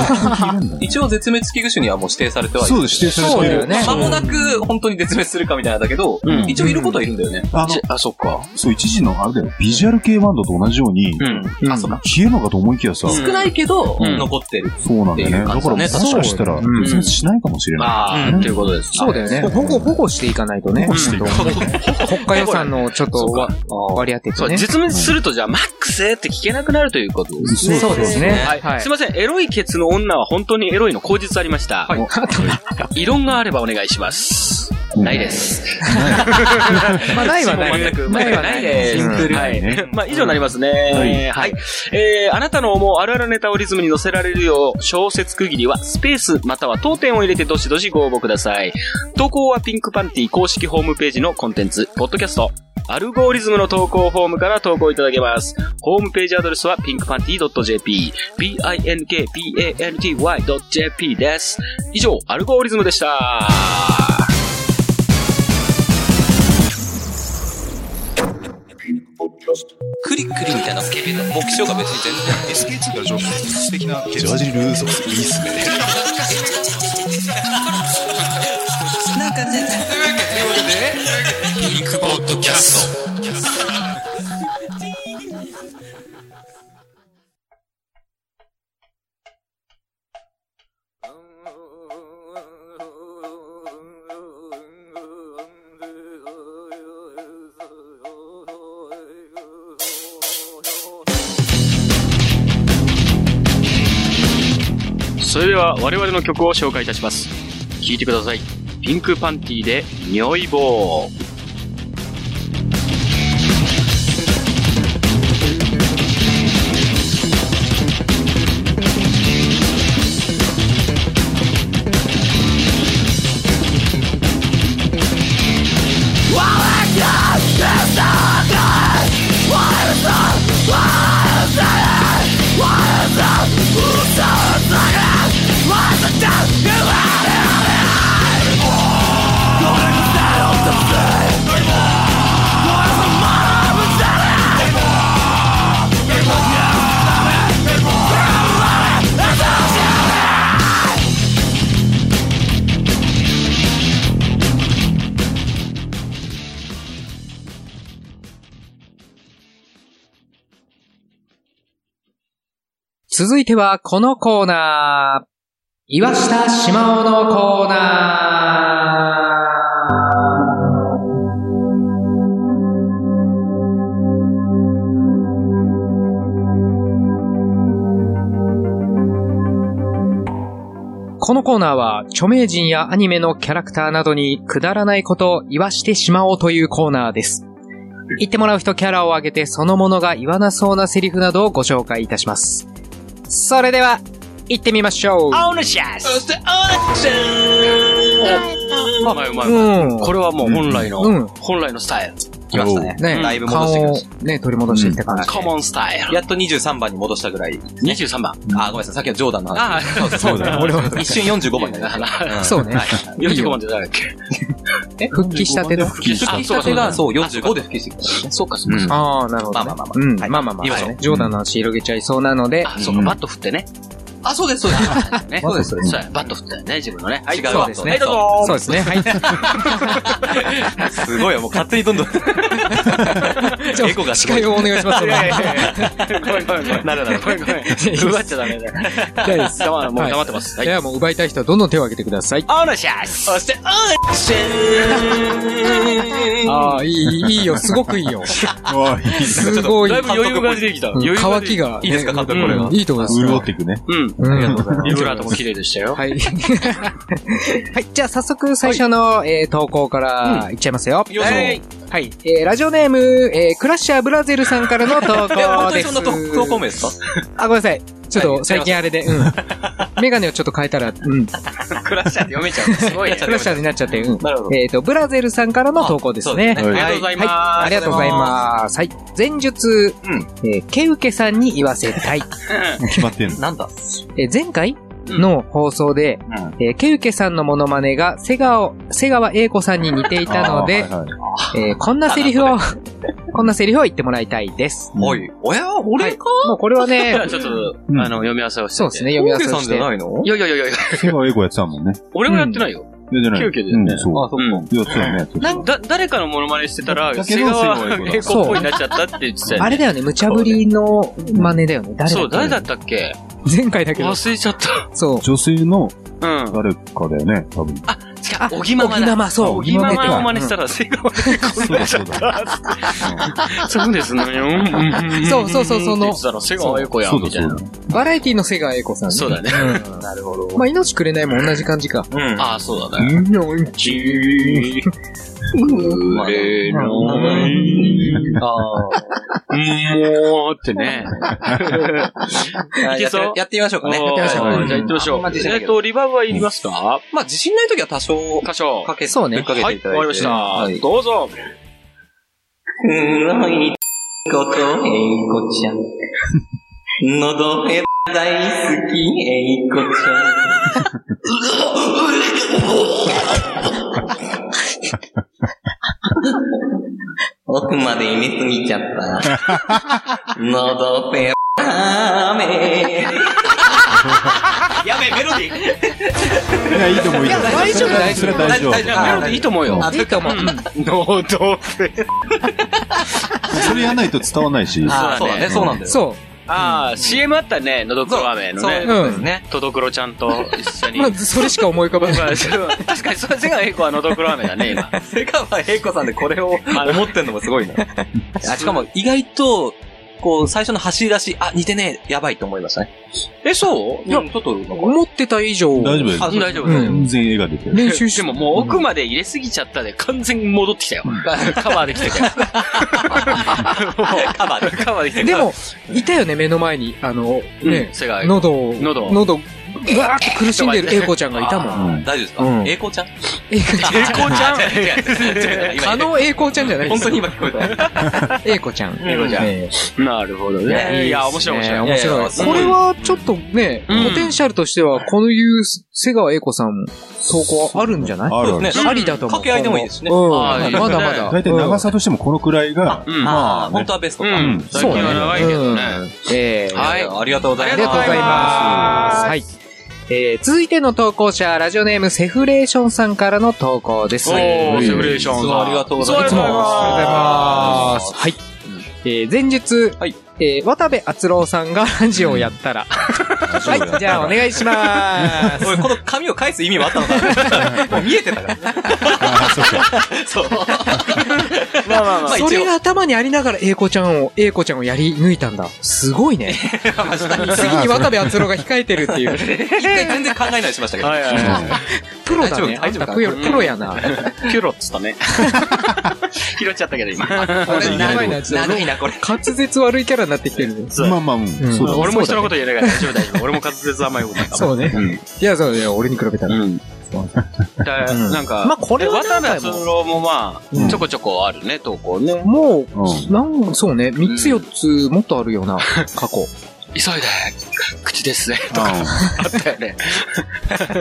[SPEAKER 7] 一応絶滅危惧種にはもう指定されてはいる
[SPEAKER 8] そうです、指定されてる。
[SPEAKER 6] ね
[SPEAKER 7] 間もなく本当に絶滅するかみたいなだけど、
[SPEAKER 5] うん
[SPEAKER 7] 一応いることはいるんだよね。
[SPEAKER 8] あの
[SPEAKER 5] ち、あ、そっか。
[SPEAKER 8] そう、一時の、あれだよ、ビジュアル系バンドと同じように、
[SPEAKER 5] うん。
[SPEAKER 7] あ、そうか。
[SPEAKER 8] 消えるのかと思いきやさ、
[SPEAKER 7] 少ないけど、
[SPEAKER 5] うん
[SPEAKER 7] 残ってる。
[SPEAKER 8] そうなんだよね。
[SPEAKER 7] っ
[SPEAKER 8] だから
[SPEAKER 7] ていう、感じだね
[SPEAKER 8] もしかしたら、
[SPEAKER 6] うん
[SPEAKER 8] 絶滅しないかもしれない。
[SPEAKER 5] ああ、ということです。
[SPEAKER 6] そうだよね。保護、保護していかないとね。
[SPEAKER 5] していか
[SPEAKER 6] 国家予算のちょっとわ割り当て
[SPEAKER 5] そ
[SPEAKER 6] て
[SPEAKER 5] う、
[SPEAKER 6] ね。
[SPEAKER 5] 絶滅するとじゃあ、マックスって聞けなくなるということですね。
[SPEAKER 6] そうですね
[SPEAKER 5] はい。
[SPEAKER 6] はい
[SPEAKER 5] すいません、エロいケツの女は本当にエロいの口実ありました。
[SPEAKER 6] はい。
[SPEAKER 5] 異論があればお願いします。ないです。
[SPEAKER 6] まあ、ないはない。
[SPEAKER 5] 全く、
[SPEAKER 6] ないは
[SPEAKER 5] な
[SPEAKER 6] ないい
[SPEAKER 5] です。
[SPEAKER 6] シンプル
[SPEAKER 5] はい
[SPEAKER 8] ね。
[SPEAKER 5] まあ、以上になりますね。はい。えー、あなたの思うあるあるネタをリズムに乗せられるよう、小説区切りは、スペースまたは当店を入れてどしどしご応募ください。投稿はピンクパンティ公式ホームページのコンテンツ、ポッドキャスト、アルゴリズムの投稿フォームから投稿いただけます。ホームページアドレスは pinkpanty.jp、pinkpanty.jp です。以上、アルゴリズムでした。
[SPEAKER 7] クリクリみたいな目標が別に全然。
[SPEAKER 8] ジャージルーソいいっすね。
[SPEAKER 5] それでは我々の曲を紹介いたします。聴いてください。ピンクパンティーで、匂い棒。
[SPEAKER 6] 続いてはこのコーナー。岩下しまおのコーナーこのコーナーは著名人やアニメのキャラクターなどにくだらないことを言わしてしまおうというコーナーです。言ってもらう人キャラを挙げてそのものが言わなそうなセリフなどをご紹介いたします。それでは、行ってみましょう。
[SPEAKER 5] オーナシャスうまいうまい。
[SPEAKER 6] うん。
[SPEAKER 5] これはもう本来の、
[SPEAKER 6] うん
[SPEAKER 5] 本来のスタイル。
[SPEAKER 7] 来ましたね。
[SPEAKER 6] ね、
[SPEAKER 7] だいぶ戻してきまし
[SPEAKER 6] 顔をね、取り戻してきた感じ。
[SPEAKER 5] カモンスタイ
[SPEAKER 7] た。
[SPEAKER 5] ル。
[SPEAKER 7] やっと23番に戻したぐらい。
[SPEAKER 5] 23番。
[SPEAKER 7] あ、ごめんなさい。さっきのジョーダンの話。
[SPEAKER 5] ああ、
[SPEAKER 8] そうだよ。
[SPEAKER 6] 俺は、
[SPEAKER 7] 一瞬45番になりました。ん
[SPEAKER 6] そうね。
[SPEAKER 5] 45番って誰だっけ
[SPEAKER 6] 復帰したての。
[SPEAKER 5] 復帰
[SPEAKER 7] あ、
[SPEAKER 5] そう
[SPEAKER 7] そ
[SPEAKER 5] かそう
[SPEAKER 7] れ
[SPEAKER 5] か
[SPEAKER 7] が、そう、45で復帰してきた。
[SPEAKER 5] そうか、そううか。
[SPEAKER 7] ん。
[SPEAKER 6] ああ、なるほどね。
[SPEAKER 7] まあまあまあまあ
[SPEAKER 6] うん。ま
[SPEAKER 7] は
[SPEAKER 6] あ
[SPEAKER 7] い
[SPEAKER 6] まあまあ。
[SPEAKER 7] 言いましょう
[SPEAKER 6] はいジョーダンの話広げちゃいそうなので、
[SPEAKER 5] あ、そうか、バット振ってね。
[SPEAKER 7] あ、そうです、そうです。
[SPEAKER 5] ね。
[SPEAKER 7] そうです、そうです。
[SPEAKER 5] そうや、バット振ったよね、自分のね。
[SPEAKER 7] 違う
[SPEAKER 6] そう
[SPEAKER 7] わ
[SPEAKER 6] ですね
[SPEAKER 5] はい、どうぞ
[SPEAKER 6] そうですね。はい。
[SPEAKER 7] すごいよ、もう勝手 にどんどん。エコがす
[SPEAKER 6] 司
[SPEAKER 7] ごい
[SPEAKER 6] 会。をお願いします。
[SPEAKER 5] ごめんごめんごめん。なるなる。ごめんごめん。奪っちゃダメだよ。
[SPEAKER 6] 大丈夫です
[SPEAKER 5] 黙もう黙ってます。はい
[SPEAKER 6] い。や、もう奪いたい人はどんどん手を挙げてください。
[SPEAKER 5] オーナシャスそして、オーナシャス
[SPEAKER 6] ああ、いい、いいよ。すごくいいよ。
[SPEAKER 8] おい
[SPEAKER 6] すごい。
[SPEAKER 5] だいぶ余裕が出てきた。
[SPEAKER 6] うん
[SPEAKER 5] 余裕
[SPEAKER 6] 乾
[SPEAKER 5] 出て
[SPEAKER 6] き
[SPEAKER 5] た。
[SPEAKER 6] がね。
[SPEAKER 7] いいですか監督これは
[SPEAKER 6] うんいいと思います。
[SPEAKER 8] 潤っていくね。
[SPEAKER 5] うん。
[SPEAKER 6] うん。
[SPEAKER 5] ビブラートも綺麗でしたよ。
[SPEAKER 6] はい。はい。じゃあ早速最初の、えー投稿からいっちゃいますよ。
[SPEAKER 5] よいしょ
[SPEAKER 6] はい。はい。えーラジオネーム、えークラッシャーブラゼルさんからの投
[SPEAKER 7] いや、本
[SPEAKER 6] 稿
[SPEAKER 7] 当に
[SPEAKER 6] です。
[SPEAKER 7] そんなと投稿名ですか
[SPEAKER 6] あ、ごめんなさい。ちょっと最近あれで、うん。メガネをちょっと変えたら、うん。ク
[SPEAKER 5] クラッシャーって読めちゃうの。すごいね。
[SPEAKER 6] ラッシャーになっちゃって、うん。
[SPEAKER 7] なるほど。
[SPEAKER 6] えっ、と、ブラゼルさんからの投稿ですね。
[SPEAKER 7] あそう
[SPEAKER 5] ですねはいありがとうございます
[SPEAKER 6] はいありがとうございます。はい。前述、
[SPEAKER 5] うん
[SPEAKER 6] えーケウケさんに言わせたい。
[SPEAKER 8] 決まってんの。
[SPEAKER 7] なんだ
[SPEAKER 6] えー前回の放送で、えーケウケさんのモノマネが瀬川、瀬川栄子さんに似ていたので、
[SPEAKER 8] あーはいはい
[SPEAKER 6] えーこんなセリフを、 こんなセリフを言ってもらいたいです。
[SPEAKER 7] おい、おや、俺か
[SPEAKER 6] もうこれは
[SPEAKER 5] じゃあ
[SPEAKER 6] ね、
[SPEAKER 5] ちょっと、
[SPEAKER 8] うん
[SPEAKER 5] あの、読み合わせをしてて。
[SPEAKER 6] そうですね、
[SPEAKER 7] ケ
[SPEAKER 6] 読み合わせ
[SPEAKER 7] さ
[SPEAKER 6] を
[SPEAKER 7] ん
[SPEAKER 6] し
[SPEAKER 7] じゃ
[SPEAKER 6] て。
[SPEAKER 7] ないの
[SPEAKER 5] いやいやいやいやいや、
[SPEAKER 8] セガエゴやってたもんね。
[SPEAKER 5] 俺もやってないよ。
[SPEAKER 8] いやじゃない。
[SPEAKER 5] 急遽だよね
[SPEAKER 8] うん、そう。
[SPEAKER 7] あ、そっか。
[SPEAKER 8] やってたよね。
[SPEAKER 5] なんだ、誰かのモノマネしてたら、
[SPEAKER 8] だけ
[SPEAKER 5] 瀬
[SPEAKER 8] ど
[SPEAKER 5] 川
[SPEAKER 8] 瀬川
[SPEAKER 5] 栄子っぽいになっちゃったって言ってたよ
[SPEAKER 6] あ
[SPEAKER 5] ね。
[SPEAKER 6] れだよね、無茶ぶりの真似だよね。誰
[SPEAKER 5] そう、誰だ
[SPEAKER 6] だ
[SPEAKER 5] っ
[SPEAKER 6] った
[SPEAKER 5] っけ
[SPEAKER 6] け前回だけど。
[SPEAKER 5] 忘れちゃった。
[SPEAKER 6] そう。
[SPEAKER 8] 女性の
[SPEAKER 5] うん。違う、
[SPEAKER 8] 誰かだよね、多分。
[SPEAKER 5] 小木ママ
[SPEAKER 6] 小木マ
[SPEAKER 5] だ。
[SPEAKER 6] マ、そう。
[SPEAKER 5] 小木ママの真似した
[SPEAKER 6] ら。
[SPEAKER 5] ら、瀬川栄子になっちゃった。そうですね。うん
[SPEAKER 6] そうそうそうその
[SPEAKER 5] って言ってたら瀬川栄子や
[SPEAKER 8] そ
[SPEAKER 5] ん、
[SPEAKER 8] うだ
[SPEAKER 5] みた
[SPEAKER 8] そ
[SPEAKER 5] いうな
[SPEAKER 8] だ。。
[SPEAKER 6] バラエティの瀬川栄子さんね。
[SPEAKER 5] そうだね。
[SPEAKER 6] なるほど。まあ、命くれないも同じ感じか。
[SPEAKER 7] うん。
[SPEAKER 5] ああ、そうだ
[SPEAKER 6] う
[SPEAKER 5] ね。
[SPEAKER 6] ん、うん
[SPEAKER 5] 売れない。もうってね。
[SPEAKER 7] はい
[SPEAKER 5] いけそう
[SPEAKER 7] やってみましょうかね。
[SPEAKER 5] おー
[SPEAKER 7] やってみましょう
[SPEAKER 5] はいじゃあ行ってみましょ
[SPEAKER 7] あんま自
[SPEAKER 5] う。
[SPEAKER 7] 信な
[SPEAKER 5] えっ
[SPEAKER 7] いけど
[SPEAKER 5] と、リバーブはいりますか
[SPEAKER 7] まあ、自信ないときは多少
[SPEAKER 5] 箇所。
[SPEAKER 7] かけ、
[SPEAKER 6] そうね
[SPEAKER 7] かけ
[SPEAKER 5] は
[SPEAKER 7] て
[SPEAKER 5] い、
[SPEAKER 7] いた
[SPEAKER 5] わか
[SPEAKER 7] だ
[SPEAKER 5] りま
[SPEAKER 7] いて。
[SPEAKER 5] した
[SPEAKER 7] はい。
[SPEAKER 5] どうぞ。
[SPEAKER 7] 黒いこと、えいこちゃん。喉へ大好き、えいこちゃん。奥まで入れすぎちゃった。喉へダメ。やべえ、メロディー。
[SPEAKER 8] いや、いいと思う、いいと思う。
[SPEAKER 6] 大丈夫大
[SPEAKER 8] そ
[SPEAKER 6] 丈
[SPEAKER 8] れ
[SPEAKER 6] 夫
[SPEAKER 8] は大丈
[SPEAKER 7] 大
[SPEAKER 8] 夫。
[SPEAKER 7] 丈夫
[SPEAKER 5] メロディーいいと思うよ。
[SPEAKER 7] あ、そうかも。
[SPEAKER 5] ノート
[SPEAKER 8] それやらないと伝わんないし。
[SPEAKER 7] あ、
[SPEAKER 5] そ
[SPEAKER 7] そうう
[SPEAKER 5] だ
[SPEAKER 7] だ
[SPEAKER 5] ね
[SPEAKER 7] ね、そうなんだよ。
[SPEAKER 6] そ
[SPEAKER 5] ああ、CM あったね、のどくろ飴の
[SPEAKER 7] そうい
[SPEAKER 5] ね。
[SPEAKER 7] うことですね。
[SPEAKER 5] とどくろちゃんと一緒
[SPEAKER 6] う。
[SPEAKER 5] に。
[SPEAKER 6] ま
[SPEAKER 5] ま
[SPEAKER 6] あ、それしか思い浮かばない。
[SPEAKER 5] あそれは確かに、それがエコはのどくろ飴だね、 今。
[SPEAKER 7] 瀬川栄子さんでこれを思ってんのもすごいな。あしかも意外と、こう、最初の走り出し、あ、似てねえ、やばいと思いましたね。
[SPEAKER 5] え、そう
[SPEAKER 7] いや、ちょっと、
[SPEAKER 6] 思ってた以上。
[SPEAKER 8] 大丈夫
[SPEAKER 7] あ
[SPEAKER 8] だよ。
[SPEAKER 5] うん大丈夫
[SPEAKER 6] う
[SPEAKER 5] だ
[SPEAKER 6] ん
[SPEAKER 5] よ。
[SPEAKER 8] 全然絵が出てる。
[SPEAKER 6] 練習し
[SPEAKER 5] でももう奥まで入れすぎちゃったで完全に戻ってきたよ。カバーできてるから。
[SPEAKER 7] カバー で。
[SPEAKER 5] カバーできてる
[SPEAKER 6] で
[SPEAKER 5] から。
[SPEAKER 6] も、いたよね、目の前に。あの、
[SPEAKER 5] うん
[SPEAKER 6] ね、、
[SPEAKER 5] それが
[SPEAKER 6] 喉を、
[SPEAKER 5] 喉を
[SPEAKER 6] 喉、ぐわーって苦しんでる英子ちゃんがいたもん。
[SPEAKER 7] 大丈夫ですか
[SPEAKER 6] うん
[SPEAKER 7] 栄子ちゃん
[SPEAKER 6] 英子ちゃん。
[SPEAKER 5] 栄 光ちゃん
[SPEAKER 6] あの英子ちゃんじゃないで
[SPEAKER 7] 本
[SPEAKER 6] す
[SPEAKER 7] 当
[SPEAKER 6] よ
[SPEAKER 7] に。今聞こえた。
[SPEAKER 6] 英子ちゃん。
[SPEAKER 5] 英子ちゃん
[SPEAKER 6] え
[SPEAKER 5] なるほどね。いや、面白い面
[SPEAKER 6] え
[SPEAKER 5] 白い。
[SPEAKER 6] 面白い。
[SPEAKER 7] いやいや
[SPEAKER 6] これはちょっとね、
[SPEAKER 5] うん
[SPEAKER 6] ポテンシャルとしては、こういう瀬川英子さん、投稿あるんじゃない
[SPEAKER 8] あるあ
[SPEAKER 7] ね
[SPEAKER 8] る。
[SPEAKER 5] うん
[SPEAKER 6] ありだと思う。
[SPEAKER 7] 掛け合いでもいいですね
[SPEAKER 6] うん
[SPEAKER 5] あーいいですね
[SPEAKER 6] まだまだ。
[SPEAKER 8] 大体長さとしてもこのくらいが、
[SPEAKER 5] うん。
[SPEAKER 7] ああ、
[SPEAKER 8] ね
[SPEAKER 7] 本当はベストか。
[SPEAKER 5] う
[SPEAKER 8] うん
[SPEAKER 5] ん。最近は長いけどね。
[SPEAKER 6] うんええ
[SPEAKER 7] はい、ありがとうございます。
[SPEAKER 6] ありがとうございます。はい。えー、続いての投稿者、ラジオネームセフレーションさんからの投稿です。
[SPEAKER 5] おー、
[SPEAKER 8] い
[SPEAKER 5] セフレーション
[SPEAKER 7] いつ
[SPEAKER 5] さ
[SPEAKER 7] も
[SPEAKER 5] ん。
[SPEAKER 7] ありがとうございます。
[SPEAKER 5] いつもありがとうござい
[SPEAKER 7] ま
[SPEAKER 6] はい。えー、前日、
[SPEAKER 7] はい
[SPEAKER 6] えー渡部篤郎さんがラジオをやったら、 はい、じゃあお願いし ま
[SPEAKER 11] おい、この紙を返す意味はあったのかなもう見えてたからね。
[SPEAKER 8] ああ、そうか。
[SPEAKER 11] そう。
[SPEAKER 5] まあまあまあ
[SPEAKER 11] まあ
[SPEAKER 6] す。そ
[SPEAKER 11] 一応
[SPEAKER 6] れが頭にありながら、英子ちゃんを、英子ちゃんをやり抜いたんだ。すごいね。 次に渡部篤郎が控えてるっていう。
[SPEAKER 11] 一回全然考えないでしましたけど。
[SPEAKER 5] はいはい
[SPEAKER 8] うん
[SPEAKER 6] プロだね。あ
[SPEAKER 11] 大
[SPEAKER 6] ん
[SPEAKER 11] 丈夫
[SPEAKER 6] た
[SPEAKER 11] か
[SPEAKER 6] プロプロや な。
[SPEAKER 5] ピュロっつったね。 拾っちゃったけど、今。
[SPEAKER 11] これ
[SPEAKER 6] やばいなちょっと
[SPEAKER 11] 長いな、これ。
[SPEAKER 6] 滑舌悪いキャラになってきてるね。
[SPEAKER 5] そう
[SPEAKER 8] まあまあ、うん。そうだ。
[SPEAKER 5] 俺も人のこと言えないから大丈夫大丈夫。俺も滑舌甘いことないから。
[SPEAKER 6] そうね。いや、そういや、俺に比べたら。
[SPEAKER 5] うん。だから
[SPEAKER 6] うん
[SPEAKER 5] なんか、
[SPEAKER 6] まあこれは
[SPEAKER 5] 渡
[SPEAKER 6] 何
[SPEAKER 5] 部
[SPEAKER 6] 回も
[SPEAKER 5] 篤郎もま
[SPEAKER 6] うん
[SPEAKER 5] あ、ちょこちょこあるね、投稿ね。
[SPEAKER 6] もう、
[SPEAKER 8] う
[SPEAKER 6] なん、そうね、三つ四つもっとあるよな、過去。
[SPEAKER 5] 急いで、口ですね。
[SPEAKER 8] あ
[SPEAKER 5] あったよね。
[SPEAKER 8] あそ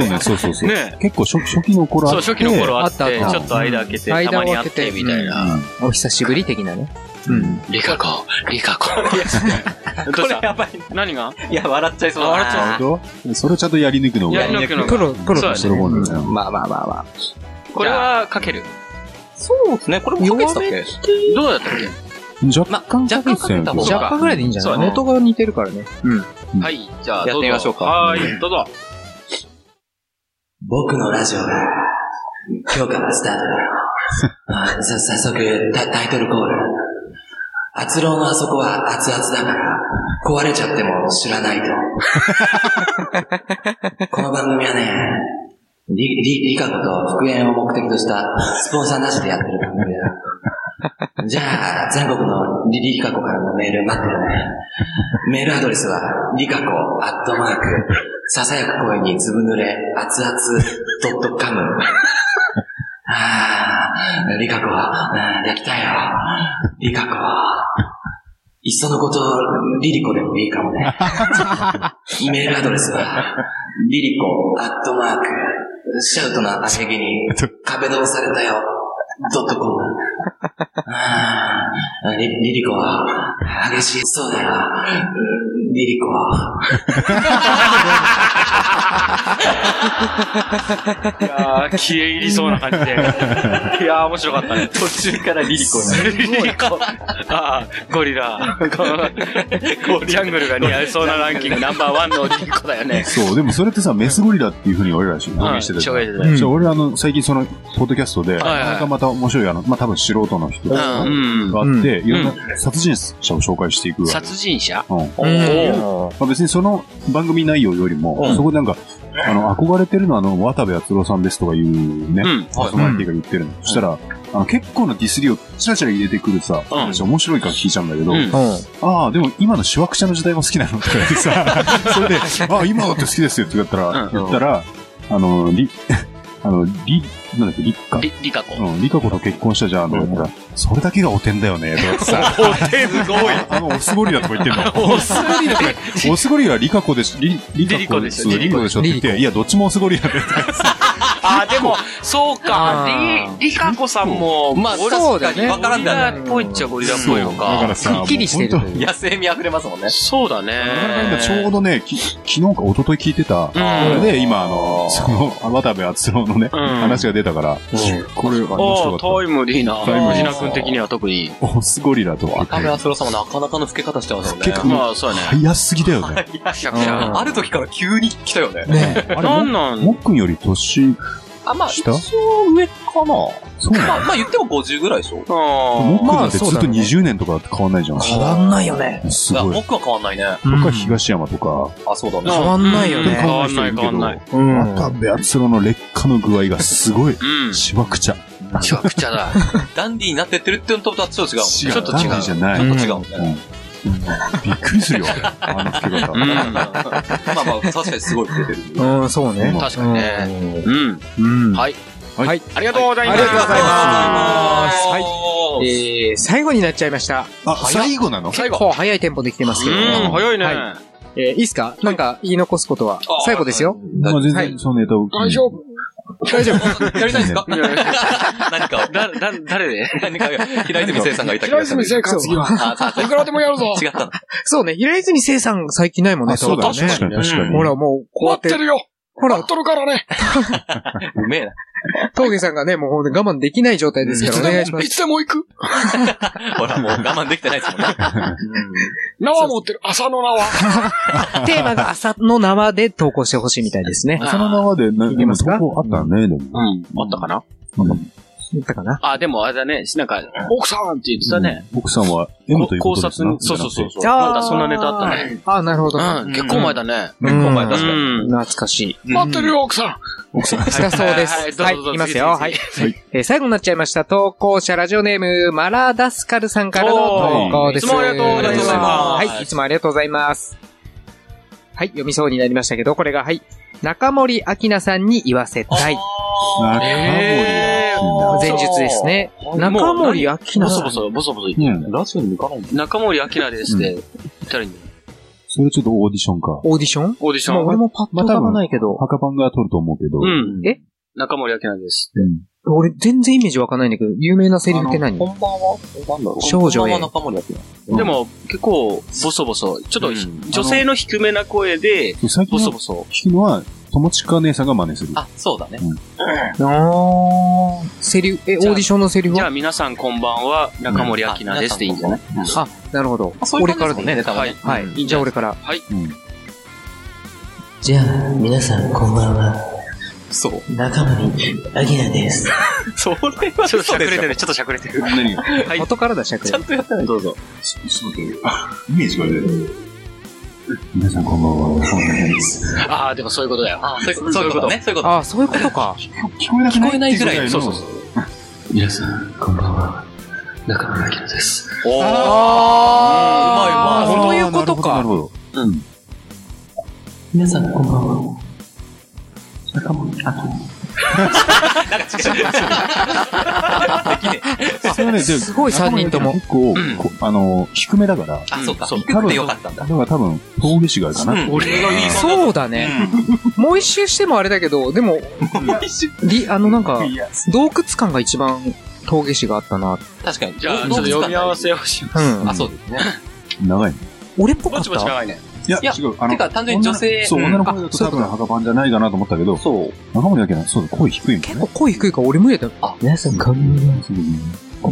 [SPEAKER 8] うね、そうそうそう。
[SPEAKER 5] ね
[SPEAKER 8] 結構初初期の頃
[SPEAKER 5] そ
[SPEAKER 8] あ
[SPEAKER 5] う、
[SPEAKER 8] って
[SPEAKER 5] 初期の頃あっ、
[SPEAKER 6] あってたあった
[SPEAKER 5] ちょっと間開けて、
[SPEAKER 6] うん
[SPEAKER 5] たまに会って、みたいな。
[SPEAKER 6] お久しぶり的なね。
[SPEAKER 8] うん。
[SPEAKER 5] リカ子、リカ子。
[SPEAKER 11] こ
[SPEAKER 5] どうし
[SPEAKER 11] れ
[SPEAKER 5] た
[SPEAKER 11] やばい。
[SPEAKER 5] 何が
[SPEAKER 11] いや、笑っちゃいそうだな。
[SPEAKER 5] あ笑っちゃ
[SPEAKER 8] 本当それをちゃんとやり抜くのが。
[SPEAKER 5] やり抜くの
[SPEAKER 6] プ
[SPEAKER 5] が。
[SPEAKER 6] ロ、プロとして
[SPEAKER 8] そうだね
[SPEAKER 6] うんまあまあまあまあ。
[SPEAKER 5] これはかける。
[SPEAKER 11] そうですね、これもかけてたっけ
[SPEAKER 5] どうだったっけ
[SPEAKER 8] 若干
[SPEAKER 11] まあ
[SPEAKER 8] 若干かけた方
[SPEAKER 11] そう
[SPEAKER 6] 若
[SPEAKER 11] か
[SPEAKER 6] 干ぐらいでいいんじゃ
[SPEAKER 5] そう
[SPEAKER 6] な
[SPEAKER 5] だ
[SPEAKER 6] い
[SPEAKER 5] ね
[SPEAKER 6] 元が似てるからね。
[SPEAKER 5] はい、じゃあ、
[SPEAKER 11] やってみましょうか
[SPEAKER 5] どぞはーい、どうぞ。
[SPEAKER 11] 僕のラジオが、今日からスタートだよ。あさ、早速タ、タイトルコール。厚郎のあそこは熱々だから、壊れちゃっても知らないと。この番組はね、り、り、りかこと復縁を目的とした、スポンサーなしでやってる番組だよ。じゃあ、全国のリリカコからのメール待ってるね。メールアドレスは、リカコアットマーク、ささやく声にずぶ濡れ、熱々ドットカム。 ああ、リカコ、あー焼きたいよ。リカコ。いっそのこと、リリコでもいいか もね。メールアドレスは、リリコアットマーク、シャウトな足毛に、壁ドンされたよ、ド ットコム。ああ、リリリコは、激しそうだよ。リリコは。
[SPEAKER 5] いやー、消え入りそうな感じで。いやー、面白かったね。途中からリリコに。リリコ。あー、ゴリ ラ。このジャングルが似合いそうなランキングナンバーワンのリリコだよね。
[SPEAKER 8] そう、でもそれってさ、メスゴリラっていうふうに俺らし表現してたじゃん
[SPEAKER 5] はい表現してた
[SPEAKER 8] そ
[SPEAKER 6] うん
[SPEAKER 8] う俺あの、最近その、ポッドキャストで、な
[SPEAKER 5] はい
[SPEAKER 8] かなかまた面白い、あの、まあ、多分素人の人が
[SPEAKER 5] う
[SPEAKER 8] あ
[SPEAKER 5] ん。
[SPEAKER 8] って、いろんな殺人者を紹介していくわけ。
[SPEAKER 5] 殺人者
[SPEAKER 8] うん
[SPEAKER 5] おー
[SPEAKER 6] お
[SPEAKER 8] まあ、別にその番組内容よりも、
[SPEAKER 11] うん
[SPEAKER 8] そこでなんか、あの、憧れてるのはあの、渡部篤郎さんですとかいうね、
[SPEAKER 5] うん。
[SPEAKER 8] パーソナリティが言ってるの。そしたら、あの結構なディスりをチラチラ入れてくるさ、
[SPEAKER 5] うん
[SPEAKER 8] 話面白いから聞いちゃうんだけど、
[SPEAKER 5] うん
[SPEAKER 8] ああ、でも今のしわくちゃの時代は好きなのとか言ってさ、それで、ああ、今だって好きですよって言ったら、
[SPEAKER 5] うん
[SPEAKER 8] 言ったら、あの、り、 あの、り、なんだっけ、りっか。
[SPEAKER 5] リリカコ。
[SPEAKER 8] うん、リカ子と結婚したじゃん、とか言ったら、それだけが汚点だよね、とか言ってさ、
[SPEAKER 5] お手す ごい。
[SPEAKER 8] あの、オスゴリラとか言ってんの。オスゴリラオスゴリラはリカコでし、リ、リ
[SPEAKER 5] リリコでしょ
[SPEAKER 8] そうリリコでしょって言って、いや、どっちもオスゴリラで。
[SPEAKER 5] あー、でも、そうか
[SPEAKER 6] あ。ー
[SPEAKER 5] リリカコさんも、
[SPEAKER 11] まあ、
[SPEAKER 5] ゴリ
[SPEAKER 6] そうだね
[SPEAKER 11] わからんでは
[SPEAKER 5] ラ
[SPEAKER 11] ない。
[SPEAKER 5] っぽいっちゃゴリラっぽいの
[SPEAKER 8] だか
[SPEAKER 5] か。
[SPEAKER 8] らさ、
[SPEAKER 6] すっきりしてると
[SPEAKER 8] もう
[SPEAKER 6] い
[SPEAKER 8] 本
[SPEAKER 6] う。
[SPEAKER 11] 野生味溢れますもんね。
[SPEAKER 5] そうだ
[SPEAKER 8] 当
[SPEAKER 5] ね。
[SPEAKER 8] ちょうどね、き昨日か一昨日聞いてた、
[SPEAKER 5] うん
[SPEAKER 8] で、今、あの、その、渡部篤郎のね、
[SPEAKER 5] うん
[SPEAKER 8] 話が出たから、これ、面
[SPEAKER 5] あ
[SPEAKER 8] 白
[SPEAKER 5] あ、
[SPEAKER 8] かっ
[SPEAKER 5] タイムリーな。
[SPEAKER 8] タイムリ
[SPEAKER 5] 藤
[SPEAKER 8] ー
[SPEAKER 5] 名君的には特に。
[SPEAKER 8] た。オスゴリラとは。
[SPEAKER 11] 渡部篤郎さんもなかなかの老け方してますもんね。
[SPEAKER 8] 結構
[SPEAKER 5] まあ、そうだね。
[SPEAKER 8] 早すぎだよね。
[SPEAKER 5] くしゃくしゃ。
[SPEAKER 11] ある時から急に来たよね。
[SPEAKER 8] ねあれ
[SPEAKER 5] なん
[SPEAKER 8] も、
[SPEAKER 5] なん
[SPEAKER 8] もっくんより年、
[SPEAKER 11] あ、まあ、一
[SPEAKER 8] 下
[SPEAKER 11] 応上かな。ま
[SPEAKER 8] そうな
[SPEAKER 11] あ、まあ言っても50ぐらいでしょ。だか
[SPEAKER 8] のもっ
[SPEAKER 5] あ
[SPEAKER 8] くんなんて
[SPEAKER 6] まあ
[SPEAKER 8] ずっと20年とかって変わんないじゃん。
[SPEAKER 6] 変わんないよね。
[SPEAKER 8] す
[SPEAKER 11] ら
[SPEAKER 8] ごい。
[SPEAKER 11] 僕は変わんないね。
[SPEAKER 8] と
[SPEAKER 6] う
[SPEAKER 8] か
[SPEAKER 6] ん
[SPEAKER 8] 東山とか、
[SPEAKER 11] あ、そうだ
[SPEAKER 5] あ
[SPEAKER 11] ね。
[SPEAKER 6] 変わんないよね
[SPEAKER 5] 変わんない、変わんない。
[SPEAKER 6] うん
[SPEAKER 8] 渡部篤郎の劣化の具合がすごい。
[SPEAKER 5] うん。
[SPEAKER 8] しわくちゃ。
[SPEAKER 5] ちわくちゃだ。
[SPEAKER 11] ダンディーになってってるってのとはちょっと違うもんね。
[SPEAKER 8] 違う
[SPEAKER 11] ちょっと違う。
[SPEAKER 8] ダンディーじゃない
[SPEAKER 11] ちょっと違うもんね。
[SPEAKER 8] びっくりするよ、あの付け方。
[SPEAKER 5] うん。
[SPEAKER 11] まあまあ、確かにすごい出てる。
[SPEAKER 6] うん、そうね。
[SPEAKER 5] 確かにね。うん。
[SPEAKER 8] うん。
[SPEAKER 5] はい
[SPEAKER 8] はい。
[SPEAKER 5] ありがとうございます。
[SPEAKER 6] ありがとうございます
[SPEAKER 11] は
[SPEAKER 6] えー最後になっちゃいました。
[SPEAKER 8] あ、最後なの
[SPEAKER 5] 最
[SPEAKER 6] 結
[SPEAKER 5] 後
[SPEAKER 6] 構早いテンポで来てますけど。
[SPEAKER 5] うん、早いね。
[SPEAKER 6] はえーいいっすかなんか言い残すことは。最後ですよ。
[SPEAKER 8] まあ全
[SPEAKER 6] は
[SPEAKER 8] 然、
[SPEAKER 6] い
[SPEAKER 8] そのネタを。
[SPEAKER 6] 大丈夫。大丈夫。
[SPEAKER 11] い。やりた いんですか
[SPEAKER 5] いやいや
[SPEAKER 11] 何かを。
[SPEAKER 5] だ、だ、誰で
[SPEAKER 11] 何か、平泉聖さんがいた気
[SPEAKER 6] 平
[SPEAKER 11] がする。
[SPEAKER 6] 泉聖さん次は。
[SPEAKER 11] あ、さあ、いくらでもや るぞ違った。
[SPEAKER 6] そうね、平泉聖さん最近ないもんね、
[SPEAKER 8] あ、そうだね。
[SPEAKER 6] 多分
[SPEAKER 8] 確かに確かに。
[SPEAKER 6] ほら、もう、こうやって。
[SPEAKER 7] るよ
[SPEAKER 6] ほら、
[SPEAKER 7] るよ
[SPEAKER 6] ほら、
[SPEAKER 7] るからね
[SPEAKER 11] うめえな。
[SPEAKER 6] 峠さんがね、もうほんと我慢できない状態ですからお願いしま
[SPEAKER 2] い
[SPEAKER 6] す。
[SPEAKER 2] つでも行く。
[SPEAKER 12] ほら、もう我慢できてないですもんね。
[SPEAKER 2] 縄持ってる。朝の縄。
[SPEAKER 6] テーマが朝の生で投稿してほしいみたいですね。
[SPEAKER 8] その縄で、な、
[SPEAKER 6] いけます
[SPEAKER 8] そ
[SPEAKER 6] か
[SPEAKER 8] こあったね、でも。
[SPEAKER 5] うん。あったかな
[SPEAKER 6] 言ったかな
[SPEAKER 5] あ、でもあれだね。なんか、奥さんって言ってたね。
[SPEAKER 8] 奥さんは M ということですな
[SPEAKER 5] 考察そうそうそうそう。
[SPEAKER 6] あー
[SPEAKER 5] なんかそんなネタあったね。
[SPEAKER 6] あ、なるほど。
[SPEAKER 5] うん。結構前だね。
[SPEAKER 12] 結構前
[SPEAKER 6] うん
[SPEAKER 12] 確かに。
[SPEAKER 6] 懐かしい。
[SPEAKER 2] 待ってるよ、奥さ
[SPEAKER 6] したそうです。
[SPEAKER 5] はいは
[SPEAKER 6] は、
[SPEAKER 5] いいどうぞどうぞ
[SPEAKER 6] いきますよ。は
[SPEAKER 5] 次
[SPEAKER 6] い。えー最後になっちゃいました。投稿者ラジオネーム、マラダスカルさんからの投稿です。
[SPEAKER 5] おーいつもありがとうございます
[SPEAKER 6] はい、いつもありがとうございます。はい、読みそうになりましたけど、これが、はい。中森明菜さんに言わせたい。
[SPEAKER 8] 中森
[SPEAKER 5] へー
[SPEAKER 6] 前述ですね。
[SPEAKER 5] そう
[SPEAKER 6] 中森明
[SPEAKER 5] ボ
[SPEAKER 6] 菜
[SPEAKER 5] ソ
[SPEAKER 6] さ
[SPEAKER 5] ボ
[SPEAKER 6] ん。
[SPEAKER 5] ソ、ボソボソ言
[SPEAKER 8] 明
[SPEAKER 5] っ
[SPEAKER 8] 菜。ねラジオに行かない
[SPEAKER 5] て。中森明菜ですって言ったらいいんだよ。
[SPEAKER 8] それちょっとオーディションか。
[SPEAKER 6] オーディション
[SPEAKER 5] オーディショ
[SPEAKER 6] もう
[SPEAKER 5] ン。
[SPEAKER 6] 俺もパッと浮かばないけど。
[SPEAKER 8] 墓番が取ると思うけど。
[SPEAKER 5] うん。
[SPEAKER 6] え
[SPEAKER 5] 中森明菜です。
[SPEAKER 8] うん。
[SPEAKER 6] 俺全然イメージわかんないんだけど、有名なセリフって何
[SPEAKER 7] 本番はなんだろう
[SPEAKER 6] 少女へ
[SPEAKER 7] 本番は中森明菜。
[SPEAKER 8] うん
[SPEAKER 5] でも、結構、ボソボソ。ちょっと、
[SPEAKER 12] うん
[SPEAKER 5] 女性の低めな声で、
[SPEAKER 8] そう最近
[SPEAKER 5] ボソ
[SPEAKER 8] の
[SPEAKER 5] ボソ。
[SPEAKER 8] 聞くのは、友近姉さんが真似する。
[SPEAKER 7] あ、そうだね。
[SPEAKER 6] あーセリフ、え、オー
[SPEAKER 5] じゃあ
[SPEAKER 6] ディションのセリフ
[SPEAKER 5] じゃ
[SPEAKER 6] は
[SPEAKER 5] あ皆さんこんばんは、中森明菜ですっていいん じゃない
[SPEAKER 6] あ、なるほど
[SPEAKER 7] あ。そういう
[SPEAKER 6] 俺
[SPEAKER 7] 感じ
[SPEAKER 6] か
[SPEAKER 7] で
[SPEAKER 6] ら
[SPEAKER 7] す
[SPEAKER 6] で
[SPEAKER 7] もん
[SPEAKER 6] ね。
[SPEAKER 7] ね、ネタは
[SPEAKER 5] は
[SPEAKER 7] ね
[SPEAKER 5] い。。いい
[SPEAKER 6] はい。
[SPEAKER 5] ん
[SPEAKER 6] じ
[SPEAKER 5] じゃな
[SPEAKER 6] ゃあ
[SPEAKER 5] い
[SPEAKER 6] 俺から。
[SPEAKER 11] じゃあ、皆さんこんばんは。そう。中森明菜です。
[SPEAKER 12] それは
[SPEAKER 5] ちょっとしゃくれて
[SPEAKER 12] る。
[SPEAKER 5] る、ちょっとしゃくれてる。
[SPEAKER 8] 何が
[SPEAKER 5] はい
[SPEAKER 6] 元からだ、しゃくれ。
[SPEAKER 5] どうぞ。
[SPEAKER 8] イメージがね。皆さんこんばんは。そうなんです。
[SPEAKER 5] ああ、でもそういうことだよ。
[SPEAKER 7] あ、そういうそういうことね。そういうこと。
[SPEAKER 6] あー、そういうことか。
[SPEAKER 8] 聞こえなくない
[SPEAKER 7] 聞こえないぐらい
[SPEAKER 8] そう
[SPEAKER 7] そ
[SPEAKER 8] そううそう。
[SPEAKER 11] 皆さんこんばんは。中森明菜です。
[SPEAKER 12] おー。
[SPEAKER 6] あ
[SPEAKER 12] うまいうまい。
[SPEAKER 6] そういうこと
[SPEAKER 8] なる
[SPEAKER 6] か。
[SPEAKER 8] ほど。
[SPEAKER 11] 皆さんこんばんは。中森明菜。
[SPEAKER 8] それはね、
[SPEAKER 6] すごい三人とも
[SPEAKER 8] 結構、こあの、低めだから、
[SPEAKER 7] あ、そうか。
[SPEAKER 12] そう
[SPEAKER 7] 低くてよかったんだ
[SPEAKER 8] だ。から多分、峠市がかな。
[SPEAKER 12] 俺がいいぞ。
[SPEAKER 6] そうだね。もう一周してもあれだけど、でも、りあのなんか、洞窟感が一番峠師があったな。
[SPEAKER 7] 確かに。
[SPEAKER 5] じゃあ、ちょっ
[SPEAKER 7] ど
[SPEAKER 5] と
[SPEAKER 7] うですか
[SPEAKER 5] 読み合わせをします。
[SPEAKER 6] うん。
[SPEAKER 7] あ、そうですね。
[SPEAKER 8] 長いね。
[SPEAKER 6] 俺っぽか
[SPEAKER 5] ぼ
[SPEAKER 6] っ
[SPEAKER 5] ちぼち
[SPEAKER 6] た
[SPEAKER 5] 長いね。
[SPEAKER 8] いや
[SPEAKER 7] いや
[SPEAKER 8] う。あの
[SPEAKER 7] てか単純に女性
[SPEAKER 8] 女のそう、
[SPEAKER 7] うん
[SPEAKER 8] 女の声だと多分墓番じゃないかなと思ったけど、
[SPEAKER 7] そう。
[SPEAKER 8] 中森明菜、そうだ、声低いもんね。
[SPEAKER 6] 結構声低いから俺無理だよ。
[SPEAKER 11] 皆さんこんばんは。
[SPEAKER 8] そうだね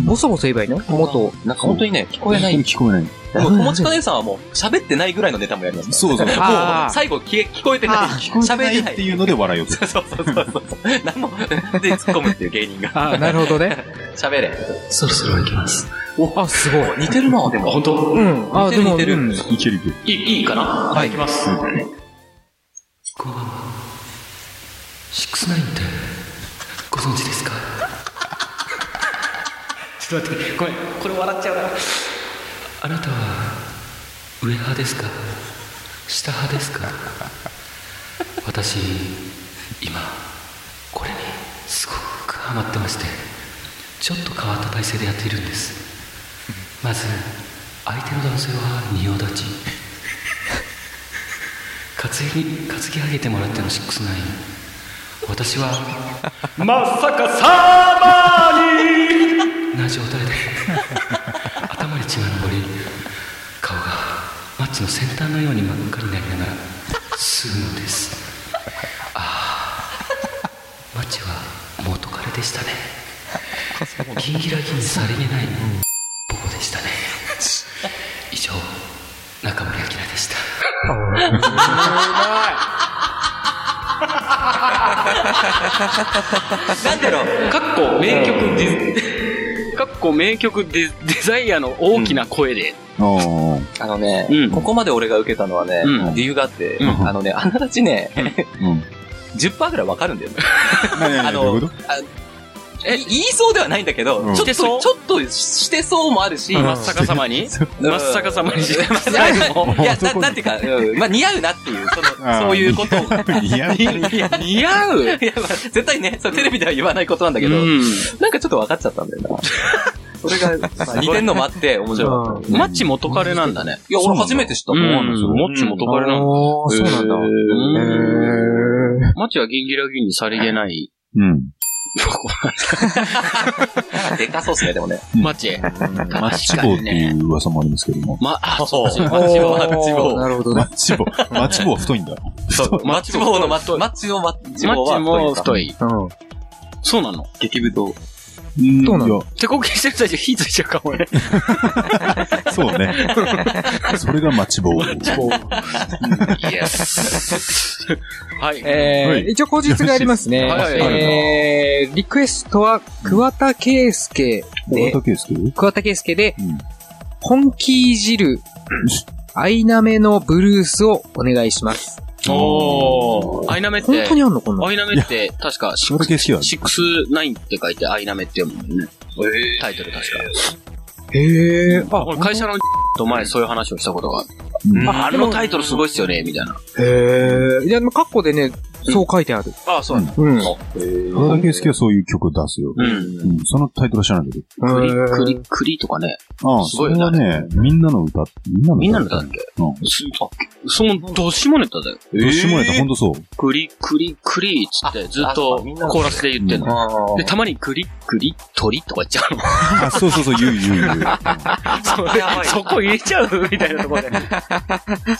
[SPEAKER 6] ボソボソ言えばいいのもっと。
[SPEAKER 7] なんか本当にね、聞こえない。
[SPEAKER 8] 聞こえない。
[SPEAKER 7] もう友近姉さんはもう喋ってないぐらいのネタもやりますか
[SPEAKER 8] そう
[SPEAKER 7] ら。
[SPEAKER 8] そう。
[SPEAKER 7] も
[SPEAKER 6] あ
[SPEAKER 7] う
[SPEAKER 6] ー
[SPEAKER 7] 最後聞え聞こえてない。
[SPEAKER 8] 喋
[SPEAKER 7] 喋
[SPEAKER 8] れ
[SPEAKER 7] り
[SPEAKER 8] な
[SPEAKER 7] ない
[SPEAKER 8] っ
[SPEAKER 7] い
[SPEAKER 8] て。いうので笑いを取る。
[SPEAKER 7] そうそうそうそう。何も、で、突っ込むっていう芸人が。
[SPEAKER 6] あー なるほどね。
[SPEAKER 7] 喋れ。
[SPEAKER 11] そろそろ行きます。
[SPEAKER 6] あ、すごい。
[SPEAKER 7] 似てるな、でも。本当
[SPEAKER 6] うん。あー、でも、
[SPEAKER 7] 似てる
[SPEAKER 6] うん
[SPEAKER 7] 似て
[SPEAKER 8] いけるいける。
[SPEAKER 5] いい、いいかな
[SPEAKER 6] はい、行きます。
[SPEAKER 11] シックスナインってご存知ですか ちょっと待ってごめんこれ笑っちゃうなあなたは上派ですか下派ですか私今これにすごくハマってましてちょっと変わった体勢でやっているんですまず相手の男性は仁王立ち担ぎ担ぎ上げてもらってのシックスナイン私 はまさかサーバーにな状態で頭に血が上り顔がマッチの先端のように真っ赤になりながら吸うのですああマッチは元彼でしたねギンギラギンにさりげないボコでしたね以上中森明菜でした
[SPEAKER 7] なんだろう。
[SPEAKER 5] かっこ名曲ディ、かっこ名曲デデザイアの大きな声で。
[SPEAKER 8] あ
[SPEAKER 7] あのね
[SPEAKER 5] うん、
[SPEAKER 7] ここまで俺が受けたのはね
[SPEAKER 5] うん、
[SPEAKER 7] 理由があって、
[SPEAKER 8] ん
[SPEAKER 7] あのね、あながちね、
[SPEAKER 8] あ。うん。
[SPEAKER 7] 10%ぐらいわかるんだよね。
[SPEAKER 8] あ
[SPEAKER 7] あの
[SPEAKER 8] どういうこ
[SPEAKER 7] え、言いそうではないんだけど、
[SPEAKER 8] うん
[SPEAKER 7] ち
[SPEAKER 5] し
[SPEAKER 7] ょっ
[SPEAKER 5] て
[SPEAKER 7] と、
[SPEAKER 5] そう
[SPEAKER 7] ちょっとしてそうもあるし、
[SPEAKER 5] 真っ逆さまに
[SPEAKER 7] うん
[SPEAKER 5] 真っ逆さまにしてます。
[SPEAKER 7] いや、いやななんていうか、うんまあ似合うなっていう、そ
[SPEAKER 8] あー
[SPEAKER 7] の、そういうことを。い
[SPEAKER 8] といや、
[SPEAKER 5] 似合う
[SPEAKER 7] や、まあ絶対ね、そうテレビでは言わないことなんだ
[SPEAKER 5] う
[SPEAKER 7] けど、
[SPEAKER 5] ん。
[SPEAKER 7] なんかちょっと分かっちゃったんだよ な。それが、まあ 似てんのもあって面白かった。
[SPEAKER 6] うん
[SPEAKER 5] マッチ元彼なんだね。
[SPEAKER 7] いや、俺初めて知ったと
[SPEAKER 5] う
[SPEAKER 7] 思
[SPEAKER 5] ん
[SPEAKER 7] うんですよ。。
[SPEAKER 5] マッチ元彼なんだ。
[SPEAKER 6] あーそうなんだ。
[SPEAKER 5] へマッチはギンギラギンにさりげない。
[SPEAKER 8] うん。
[SPEAKER 7] でかそうっすね、でもね。
[SPEAKER 8] うん
[SPEAKER 5] マッ チ。
[SPEAKER 8] マッチ棒っていう噂もありますけども。
[SPEAKER 5] ま、あ、そう
[SPEAKER 7] そう
[SPEAKER 5] マッチ棒。
[SPEAKER 6] おーなるほど
[SPEAKER 8] マ
[SPEAKER 6] ね。
[SPEAKER 8] ッチ棒。マッチ棒は太いんだ。
[SPEAKER 7] マッチ棒のマッチ、マッチのマッチ棒
[SPEAKER 5] マッチ
[SPEAKER 7] は
[SPEAKER 5] も
[SPEAKER 7] 太い。
[SPEAKER 5] 太い。
[SPEAKER 6] うん。
[SPEAKER 5] そうなの
[SPEAKER 7] 激太。
[SPEAKER 8] うん
[SPEAKER 6] どうなの
[SPEAKER 8] い
[SPEAKER 5] 手こきしてる最中火ついちゃうかもね。
[SPEAKER 8] やそうね。それが待ち棒。
[SPEAKER 5] イエス。はい。
[SPEAKER 6] えー
[SPEAKER 8] はい
[SPEAKER 6] 一応口実がありますね。
[SPEAKER 5] はい
[SPEAKER 8] はい
[SPEAKER 6] えー、リクエストは、桑田圭介で、
[SPEAKER 8] 畑ですけど
[SPEAKER 6] 桑田圭介で、
[SPEAKER 8] うん
[SPEAKER 6] 本気いじる、アイナメのブルースをお願いします。
[SPEAKER 5] おー。アイナメって、
[SPEAKER 6] 本当にあんのこんな
[SPEAKER 5] アイナメって、確か、シック
[SPEAKER 8] 畑好きだ
[SPEAKER 5] ス、シックスナインって書いて、アイナメって読むもんね。タイトル確か。
[SPEAKER 6] の。へえ。あ、
[SPEAKER 5] 俺、会社のと前そういう話をしたことがある。
[SPEAKER 8] うん
[SPEAKER 5] ああれのタイトルすごいっすよね、みたいな。
[SPEAKER 6] へえ。いや、まあカッコでね、そう書いてある。
[SPEAKER 5] ああ、そう
[SPEAKER 8] う
[SPEAKER 5] な
[SPEAKER 8] なんん
[SPEAKER 5] だ。
[SPEAKER 6] うん。
[SPEAKER 8] 桑田佳祐はそういう曲を出すよ。
[SPEAKER 5] うん。
[SPEAKER 8] うんそのタイトルは知らないんだけ
[SPEAKER 5] クリ、ク
[SPEAKER 6] へ
[SPEAKER 5] リ
[SPEAKER 6] ー、
[SPEAKER 5] クリとかね。
[SPEAKER 8] ど。ああ、
[SPEAKER 5] す
[SPEAKER 8] そ
[SPEAKER 5] ごい
[SPEAKER 8] れ
[SPEAKER 5] よ
[SPEAKER 8] は
[SPEAKER 5] ね
[SPEAKER 8] ね、みんなの歌。み
[SPEAKER 5] みんなの
[SPEAKER 8] 歌
[SPEAKER 5] 歌だっけ
[SPEAKER 8] うん。
[SPEAKER 5] すあその、どしもネタだよ。
[SPEAKER 8] 年もらえた、ほんとそう。
[SPEAKER 5] クリ、クリ、クリっつって、ずっとコーラスで言ってんの。で、たまにクリ、クリ、鳥とか言っちゃうの。
[SPEAKER 8] あ、そうそうそう、言う言う言う。
[SPEAKER 5] それ そこ入れちゃうみたいなところで。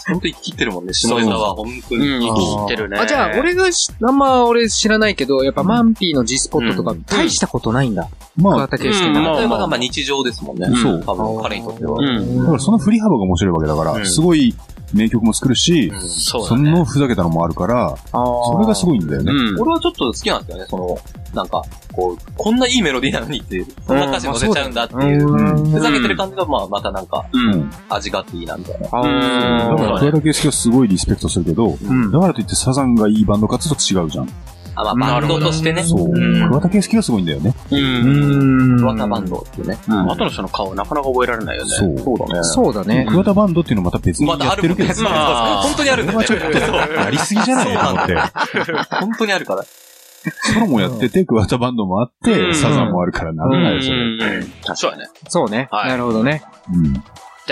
[SPEAKER 7] 本当に切ってるもんね、下ネタは。本当
[SPEAKER 5] う
[SPEAKER 7] に。
[SPEAKER 5] ん、生きてるね。
[SPEAKER 6] あ、じゃあ、俺がし、あんま俺知らないけど、やっぱマンピーの G スポットとか、大したことないんだ。
[SPEAKER 8] ま
[SPEAKER 6] 桑
[SPEAKER 8] あ、
[SPEAKER 6] 田佳祐
[SPEAKER 5] うん
[SPEAKER 6] が。
[SPEAKER 5] まあ
[SPEAKER 7] 例えば、まあ日常ですもんね。
[SPEAKER 5] うん
[SPEAKER 7] そう。多分、彼にとっては。
[SPEAKER 5] うん。
[SPEAKER 8] だからその振り幅が面白いわけだか
[SPEAKER 7] うん
[SPEAKER 8] ら、すごい名曲も作るし、
[SPEAKER 5] そう
[SPEAKER 8] そ
[SPEAKER 5] だね。
[SPEAKER 8] のふざけたのもあるから、それがすごいんだよね。
[SPEAKER 5] うん。
[SPEAKER 7] 俺はちょっと好きなんですよね、その、なんか、こう、こんないいメロディーなのにっていう、そんな歌詞載せちゃうんだっていう、
[SPEAKER 8] うん
[SPEAKER 7] ふざけてる感じが、まあ、またなんか、
[SPEAKER 5] うん。
[SPEAKER 7] 味があっていいな、みたいな。
[SPEAKER 5] あ
[SPEAKER 8] だから、
[SPEAKER 5] そ
[SPEAKER 8] 桑
[SPEAKER 5] う
[SPEAKER 8] 田佳祐はすごいリスペクトするけど、だからといってサザンがいいバンドかちょっと違うじゃん。
[SPEAKER 7] あ、まあ、バンドとしてね、
[SPEAKER 8] そう。
[SPEAKER 5] ん
[SPEAKER 8] 桑田佳祐がすごいんだよね。
[SPEAKER 5] うん。
[SPEAKER 7] 桑田バンドっていうね。
[SPEAKER 5] 後の人の顔なかなか覚えられないよね。
[SPEAKER 8] そう。
[SPEAKER 7] だね
[SPEAKER 6] そうだね。
[SPEAKER 8] 桑田バンドっていうのまた別に
[SPEAKER 7] まだ
[SPEAKER 8] や
[SPEAKER 7] あ
[SPEAKER 8] っ
[SPEAKER 7] る
[SPEAKER 8] てる
[SPEAKER 7] もん
[SPEAKER 8] け
[SPEAKER 7] ね。
[SPEAKER 8] ど、
[SPEAKER 7] そうそう本当にあるんだよね。
[SPEAKER 8] やりすぎじゃないと思って。
[SPEAKER 7] 本当にあるから。
[SPEAKER 8] ソロもやってて、桑田バンドもあっ
[SPEAKER 5] う
[SPEAKER 8] て、
[SPEAKER 5] ん
[SPEAKER 8] サザンもあるからな
[SPEAKER 5] う
[SPEAKER 8] らないでしょ。
[SPEAKER 5] ん。そうだね。
[SPEAKER 6] そうね。
[SPEAKER 5] はい
[SPEAKER 6] なるほどね。
[SPEAKER 8] うん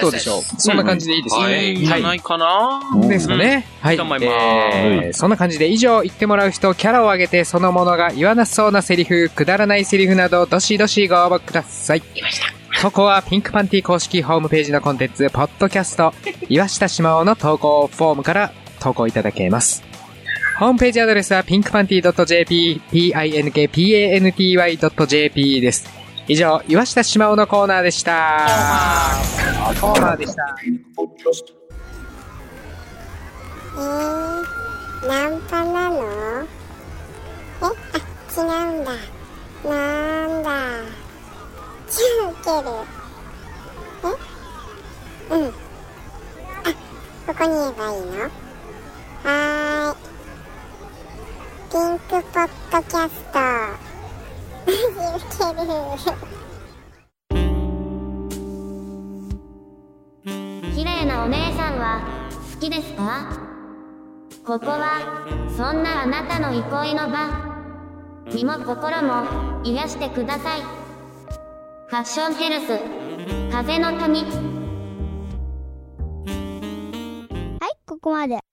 [SPEAKER 6] どうでしょう。そんな感じでいいですね。
[SPEAKER 5] はい。いいんじゃないかな
[SPEAKER 8] うん
[SPEAKER 6] ですかね。はい。
[SPEAKER 5] と思います
[SPEAKER 6] えーそんな感じで以上、言ってもらう人、キャラを上げてそのものが言わなそうなセリフ、くだらないセリフなど、どしどしご応募ください。来ました。ここはピンクパンティ公式ホームページのコンテンツ、ポッドキャスト、岩下島尾の投稿フォームから投稿いただけます。ホームページアドレスは pinkpanty.jp、pinkpanty.jp です。以上、岩下島尾のコーナーでした。コーナーでした。
[SPEAKER 1] えー、ナンパなのえ、あ、違うんだ。なんだ。じゃあ受ける。えうん。あ、ここに言えばいいのはーい。ピンクポッドキャスト。マジ受け
[SPEAKER 11] 綺麗なお姉さんは好きですかここはそんなあなたの憩いの場身も心も癒してくださいファッションヘルス風の谷
[SPEAKER 1] る。はい、ここまで。